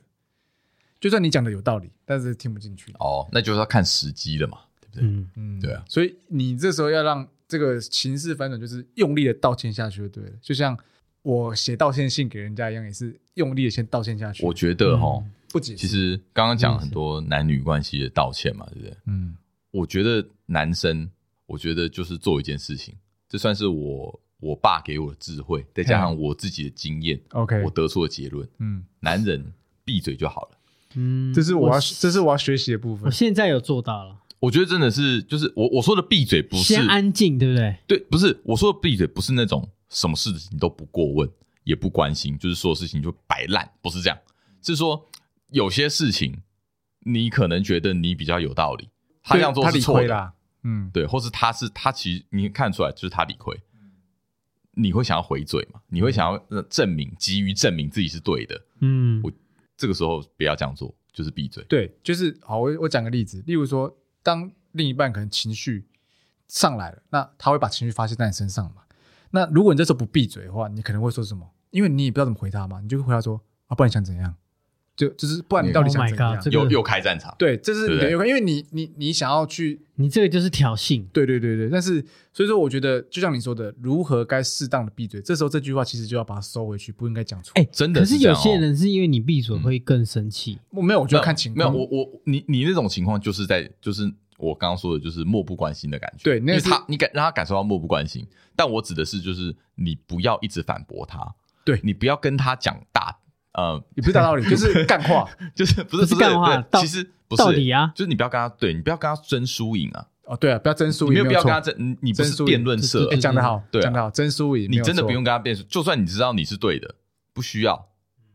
就算你讲的有道理，但是听不进去。哦，那就是要看时机了嘛，对不对？嗯，嗯对啊所以你这时候要让这个情势反转，就是用力的道歉下去就对了。就像我写道歉信给人家一样，也是用力的先道歉下去。我觉得哈，嗯不解其释，实刚刚讲了很多男女关系的道歉嘛，对不对？嗯，我觉得男生，我觉得就是做一件事情，这算是我我爸给我的智慧，再加上我自己的经验， OK 我得出的结论：嗯，男人闭嘴就好了。嗯，这是我要，这是我要学习的部我分。现在有做到了，我觉得真的是，就是我我说的闭嘴不是先安静，对不对？对，不是我说的闭嘴，不是那种什么事情都不过问，也不关心，就是所有事情就摆烂，不是这样，是说有些事情你可能觉得你比较有道理，他这样做他是理错亏的，啦，嗯，对，或是他是他其实你看出来就是他理亏，你会想要回嘴嘛？你会想要呃证明，急于证明自己是对的，嗯我这个时候不要这样做，就是闭嘴。对，就是好，我我讲个例子，例如说，当另一半可能情绪上来了，那他会把情绪发泄在你身上嘛？那如果你这时候不闭嘴的话，你可能会说什么？因为你也不知道怎么回他嘛，你就会回答说啊，不然你想怎样？就就是不然你到底想 Oh my 怎样 God，这个又又开战场，对，这是你对不的对有，因为你你你想要去，你这个就是挑衅，对对对对，但是所以说，我觉得就像你说的，如何该适当的闭嘴，这时候这句话其实就要把它收回去，不应该讲出。哎，真的可是这有样哦些人是因为你闭嘴会更生气，我没有，我觉得看情没有况。没有，我我你你那种情况就是在就是我刚刚说的，就是漠不关心的感觉。对那因为是他你感让他感受到漠不关心，但我指的是就是你不要一直反驳他，对你不要跟他讲大呃，也不是大道理，就是干话。就是不是不是干话对道其实不是道理啊就是你不要跟他对你不要跟他争输赢啊，哦，对啊，不要争 输你没赢，有必要错跟他争，你你不争是输赢辩论对社对哎，对，讲得好，对啊讲得好，争输赢，没你有真的错不用跟他辩论，就算你知道你是对的，不需要，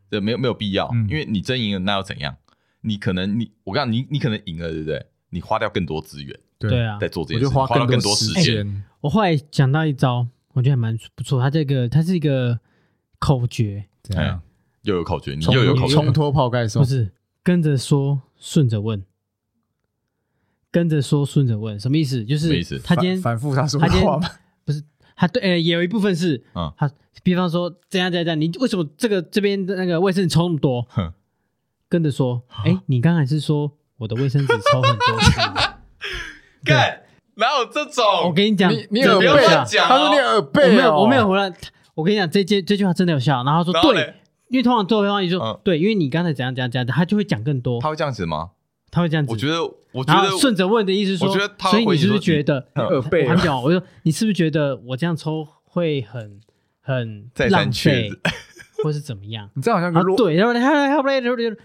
对，没有没有必要，嗯因为你争赢了那又怎样？你可能你我告诉你，你你可能赢了，对不对？你花掉更多资源。对，啊，在做这件我事，就花花到更多时间。间。我后来讲到一招，我觉得还蛮不错。它这个它是一个口诀，怎样？哎又有口诀，你冲又有口冲诀，脱泡盖不送，是跟着说，顺着问，跟着说，顺着问，什么意思？就什么是意思他今天反反复他说他今的天话嘛。他对，呃，也有一部分是，嗯他比方说这样这样这样，你为什么这个这边的那个卫生纸抽那么多哼？啊跟 着说，哎，你刚才是说我的卫生纸抽很多是吗，干哪有这我种？跟你讲，你你真的耳不背要啊有效乱，讲哦他说你耳背哦，我没有我没有胡乱。我跟你讲，这这这句话真的有效。然后他然说后对嘞，因为通常对方一说、嗯对，因为你刚才怎样怎样怎样，他就会讲更多，他会这样子吗？他会这样子。我觉得，我觉然得后顺着问的意思是说，我觉得他所以回你你是不说是你觉得你耳背我还啊？没，讲完，我就你是不是觉得我这样抽会很很再三浪确费认， 或是怎么样你这样好像啊个，弱，对，然后他他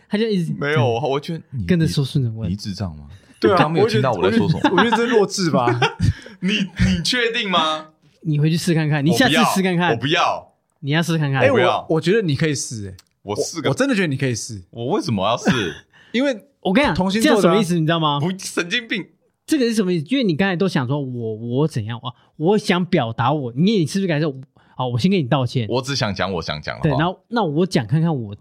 他就一直没有，我我觉得你跟着说，顺着你问你，智障 吗？对你啊，刚没有我觉听得到我在说什么？我觉得这是弱 智吧？你你确定吗？你回去试看看，你我下不次要试看我看，不要，你要试看看哎，。不要我我觉得你可以试，哎，我是我个，真的觉得你可以试，我为什么要 是？因为我跟你同讲，星这座的啊样什么意思？你知道吗？不神经病？这个是什么意思？因为你刚才都想说我我怎样啊，我想表达我，你你是不是感受？好，我先跟你道歉。我只想讲我想讲的对，话。然后那我讲看看我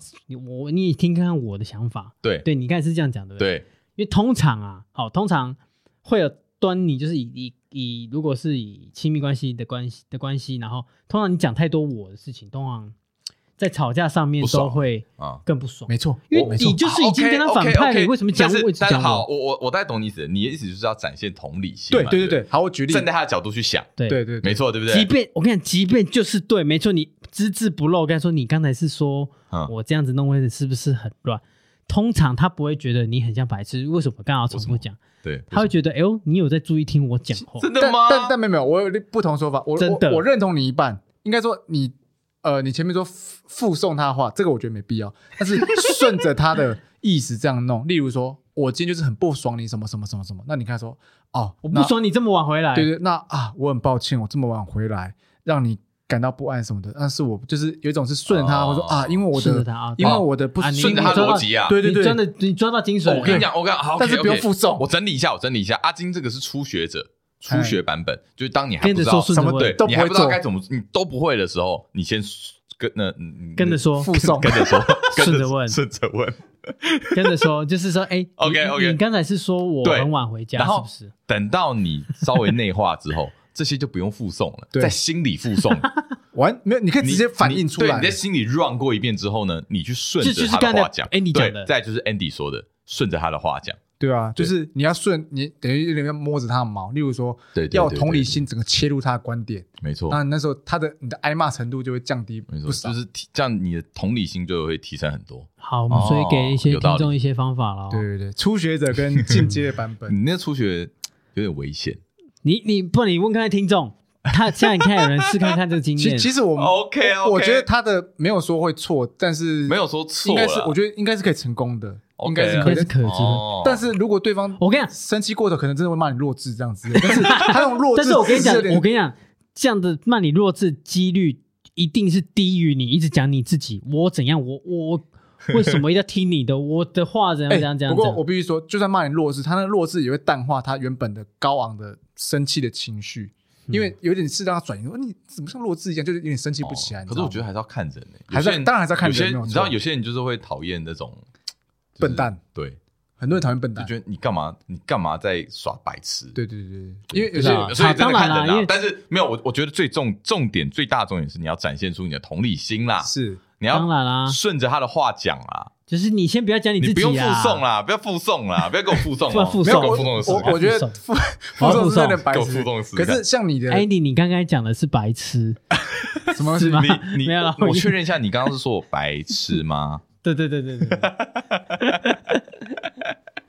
我你也听看看我的想法。对对你刚才是这样讲的，对不对对因为通常啊，好，通常会有端倪，就是以以以，如果是以亲密关系的关系的关系，然后通常你讲太多我的事情，通常在吵架上面不爽都会啊，更不爽，没错，因为我没你错，就是已经跟他反派了，你为什么讲？为什么但是讲好，我？我我我大概懂你意思，你的意思就是要展现同理心对嘛。对对对对，好，我举不例，站在他的角度去想，对对对对，没错，对不即对？便我跟你讲，即便就是对，没错，你只字不漏。跟他说，你刚才是说、嗯我这样子弄位置是不是很乱？通常他不会觉得你很像白痴，为什么刚好重复讲？对，他会觉得，哎呦，你有在注意听我讲话。真的但吗？但但没有没有，我有不同说法，我真的我我认同你一半，应该说你呃，你前面说附附送他的话，这个我觉得没必要，但是顺着他的意思这样弄， 例如说我今天就是很不爽你什么什么什么什么，那你看说哦，我那不爽你这么晚回来，对对，那啊，我很抱歉，我这么晚回来让你感到不安什么的，但是我就是有一种是顺着他，哦我说啊，因为我顺着的他啊因为我的不啊你顺着他的的逻辑啊对对你真对，的你抓到精髓哦了。我跟你讲，我跟你讲，好，但是 OK，OK 不用附送我整理一下，我整理一下。阿金这个是初学者，初学版本，就是当你还哎不跟着知说道顺什着么问，对都不你还会不知道做该怎么，你都不会的时候，你先跟那嗯跟着说，附送跟着说，跟 顺着着问顺着问。跟着说，就是说，哎 OK，OK 你你刚才是说我对很晚回家，然是后不是？等到你稍微内化之 后，这些就不用附送了，对在心里附 送，完没有，你可以你直接反映出你对，来你在，心里 run 过一遍之后呢，你去顺这就着是他的刚才话讲哎 Andy 对讲的再就是 Andy 说的，顺着他的话讲，对啊，就对是你要顺你等于有点要摸着他的毛，例如说对对对要有同理心，整个切入他的观点，没错，那那时候他的你的挨骂程度就会降低没错，不少就。是提这样，你的同理心就会提升很多。好，我们哦所以给一些有道听理众一些方法了。对对对，初学者跟进阶的版 本，你那初学有点危险。你你不然你问看看 听众，他现在你看有人试看看这个经其验，其实我们哦 OK，我觉得他的没有说会错，但是没有说错啊应啦，该是我觉得应该是可以成功的，应该是应该可以是的。可行。哦但是如果对方我跟你讲，生气过头，可能真的会骂你弱智这样子。但是他 用弱智，但是我跟你讲有，点我跟你讲，这样的慢你弱智几率一定是低于你一直讲你自己，我怎样，我 我为什么一定要听你的，我的话哎怎样怎样怎哎不样。过怎样我必须说，就算骂你弱智，他那个弱智也会淡化他原本的高昂的生气的情绪，嗯因为有点是让他转移。说你怎么像弱智一样，就是有点生气不起来。可是我觉得得还是要看人诶，还是有些要人当然还是要看人有些没有错你知道，有些人就是会讨厌那种就是笨蛋对，很多人讨厌笨就蛋。觉得你干嘛，你干嘛在耍白痴？对对对对，因为有有些些对啊有些人真好的看当然人啦因啊为，但是没有我，我觉得最重重点最大的重点是你要展现出你的同理心啊啦，是你当要然啦、顺着他的话讲啦，就是你先不要讲你自己、你啊，不用附送啦，不要附送啦，不要给我附送哦， 不要附没没有有送给我附我送的事我我觉得附附 我送是有点白给我痴附送试试可看是像你的 Andy，你刚刚讲的是白痴，什么东哎是西吗？你 没有啦我我我确认一下，你刚刚是说我白痴 吗？对对对对对对，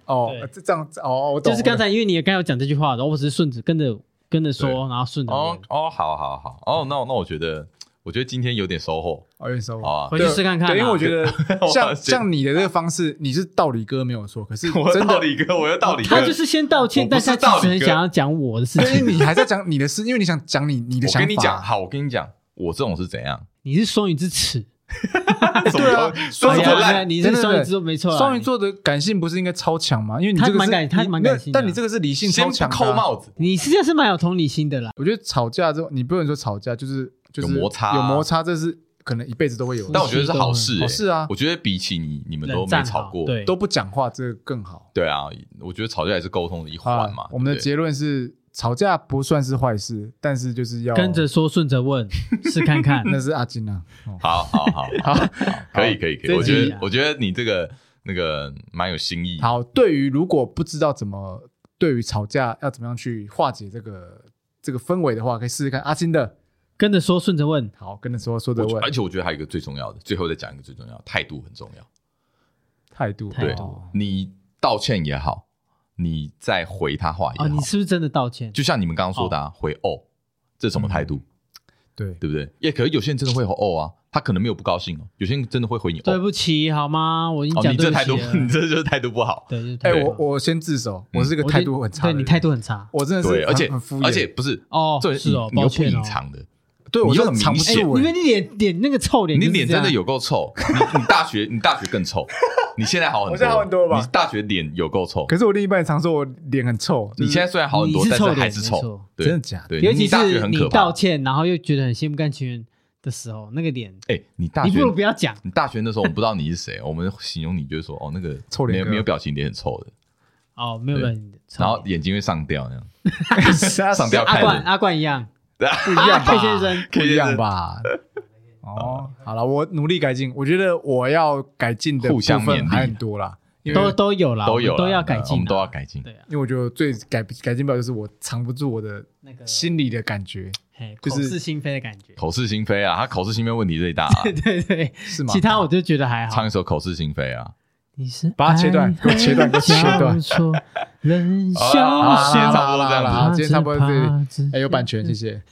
哦对，这这样子哦，我懂。 就是刚才因为你也刚才有讲这句话，然后我只是顺着跟着跟着对说，然后顺着哦问哦，好好好，哦，那那我觉得，我觉得今天有点收获我哦有点收好啊 回。去试看看啊。对，因为我觉得像我像你的这个方式，你是道理哥没有错，可是 我真道的，理哥，我要道理哥，他就是先道歉，我不但是他道理其实很哥想要讲我的事对因情。为你还在讲你的事，因为你想讲你你的我想法。跟你讲，好，我跟你讲，我这种是怎样？你是双鱼之耻， 什么对啊东西双鱼什么座哎呀烂对啊你真的是双鱼之座没错啊。双鱼座的感性不是应该超强吗？因为你这他个蛮是感他你蛮没有感性的啊但你这个是理性先超不强的啊扣。帽子，你，你实际上是蛮有同理心的啦。我觉得吵架之后，你不能说吵架，就是就是有摩擦啊有摩擦，这是可能一辈子都会有的。但我觉得是好事、欸，好事啊我觉得比起你你们都冷没战吵好过，对，都不讲话，这个更好。对啊，我觉得吵架也是沟通的一好啊啦环嘛。我们的对结论是，吵架不算是坏事，但是就是要跟着，说，顺着问，试 看看。那是阿金 啊。不哦对好好好，好好。可以可以可以，这我觉集得啊我觉得你这个那个蛮有新意，好，对于如果不知道怎么对于吵架要怎么样去化解这个这个氛围的话，可以试试看阿金的。跟着说，顺着问，好，跟着说说的我觉问而且我觉得还有一个最重要的，最后再讲一个最重要的，态度很重要。态度，态度哦你道歉也好，你再回他话也好，哦，你是不是真的道歉？就像你们刚刚说的、啊，回哦，这什么态度，嗯对对不对？也可是有些人真的会回哦啊，他可能没有不高兴哦，有些人真的会回你对哦，不起，好吗？我已经哦，讲你对这不态起啊度，你了。这就是态度不好。对，就是哎、啊对啊我我先自首，我嗯是一个我态觉度很差的对人，你态度很差。我真的是对，很而且很敷衍，而且不是哦这是哦你你又不抱歉哦隐藏的，对我你又就很藏不明显住、哎因欸，为你脸脸那个臭脸，你脸真的，有够臭，你你大学你大学更臭，你现在好很多，我现在好很多吧你大学脸有够臭，可是我另一半常说我脸很臭，就是你现在虽然好很多，你是但臭是脸还是没臭错，对真的假的？对，尤其大学是很你可怕道。歉，然后又觉得很心不甘情愿的时候，那个脸，哎，你大你学不如不要讲。你大学那时候我们不知道你是谁，我们形容你就是说哦那个臭没脸有哥没有表情脸很臭的，哦，没有对人，然后眼睛会上吊那样。 上吊阿看冠人阿冠一样，不一样吧， K 先生啊不一 样吧？哦，好了，我努力改进，我觉得我要改进的互相部分勉励还很多啦，因为都都有啦，都有我啦们都要改我进们啦，都要改进。对啊，因为我觉得最改改进不了就是我藏不住我的那个心里的感觉，嘿口就是是心非的感觉。口是心非啊，他口是心非问题最大啊。 对啊对，是吗？其他我就觉得还好唱。一首口是心非啊，你是把它切 断给我切断给我切断。人消啊好现啦在失，差不多这样子好啦今天差不多到这里。这哎，有版权，谢谢。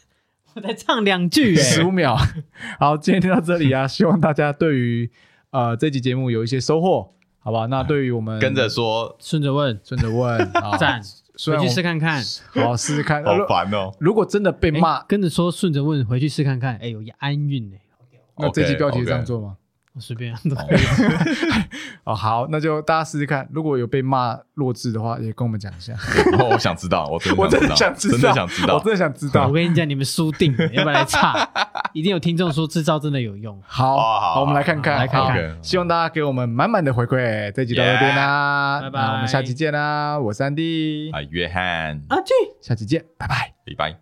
我才唱两句十哎。五秒。 好，今天就到这里 啊，希望大家对于呃这期节目有一些收获，好吧？那对于我们跟着说，顺着问，顺着 问，好赞，虽回然去我试看看。好试试看。好如烦 哦。如果真的被哎骂，跟着说顺着问，回去试看看。哎，有安韵哎，那这期 OK，标题是这样 OK 做吗？我随便啊都哦哦，好，那就大家试试看。如果有被骂弱智的话，也跟我们讲一下。哦我想知道，我真 我真的的想知道，真的想知我道真。的想知我道。跟你讲，你们输定了，要不然来差。一定有听众说这招真的有用。好，好好我们来看看，好来看好看希望大家给我们满满的回馈。这集到这边啦， Yeah，拜拜那我们下期见啦。我是安迪，啊，约翰，啊，去。下期见，拜拜。拜拜。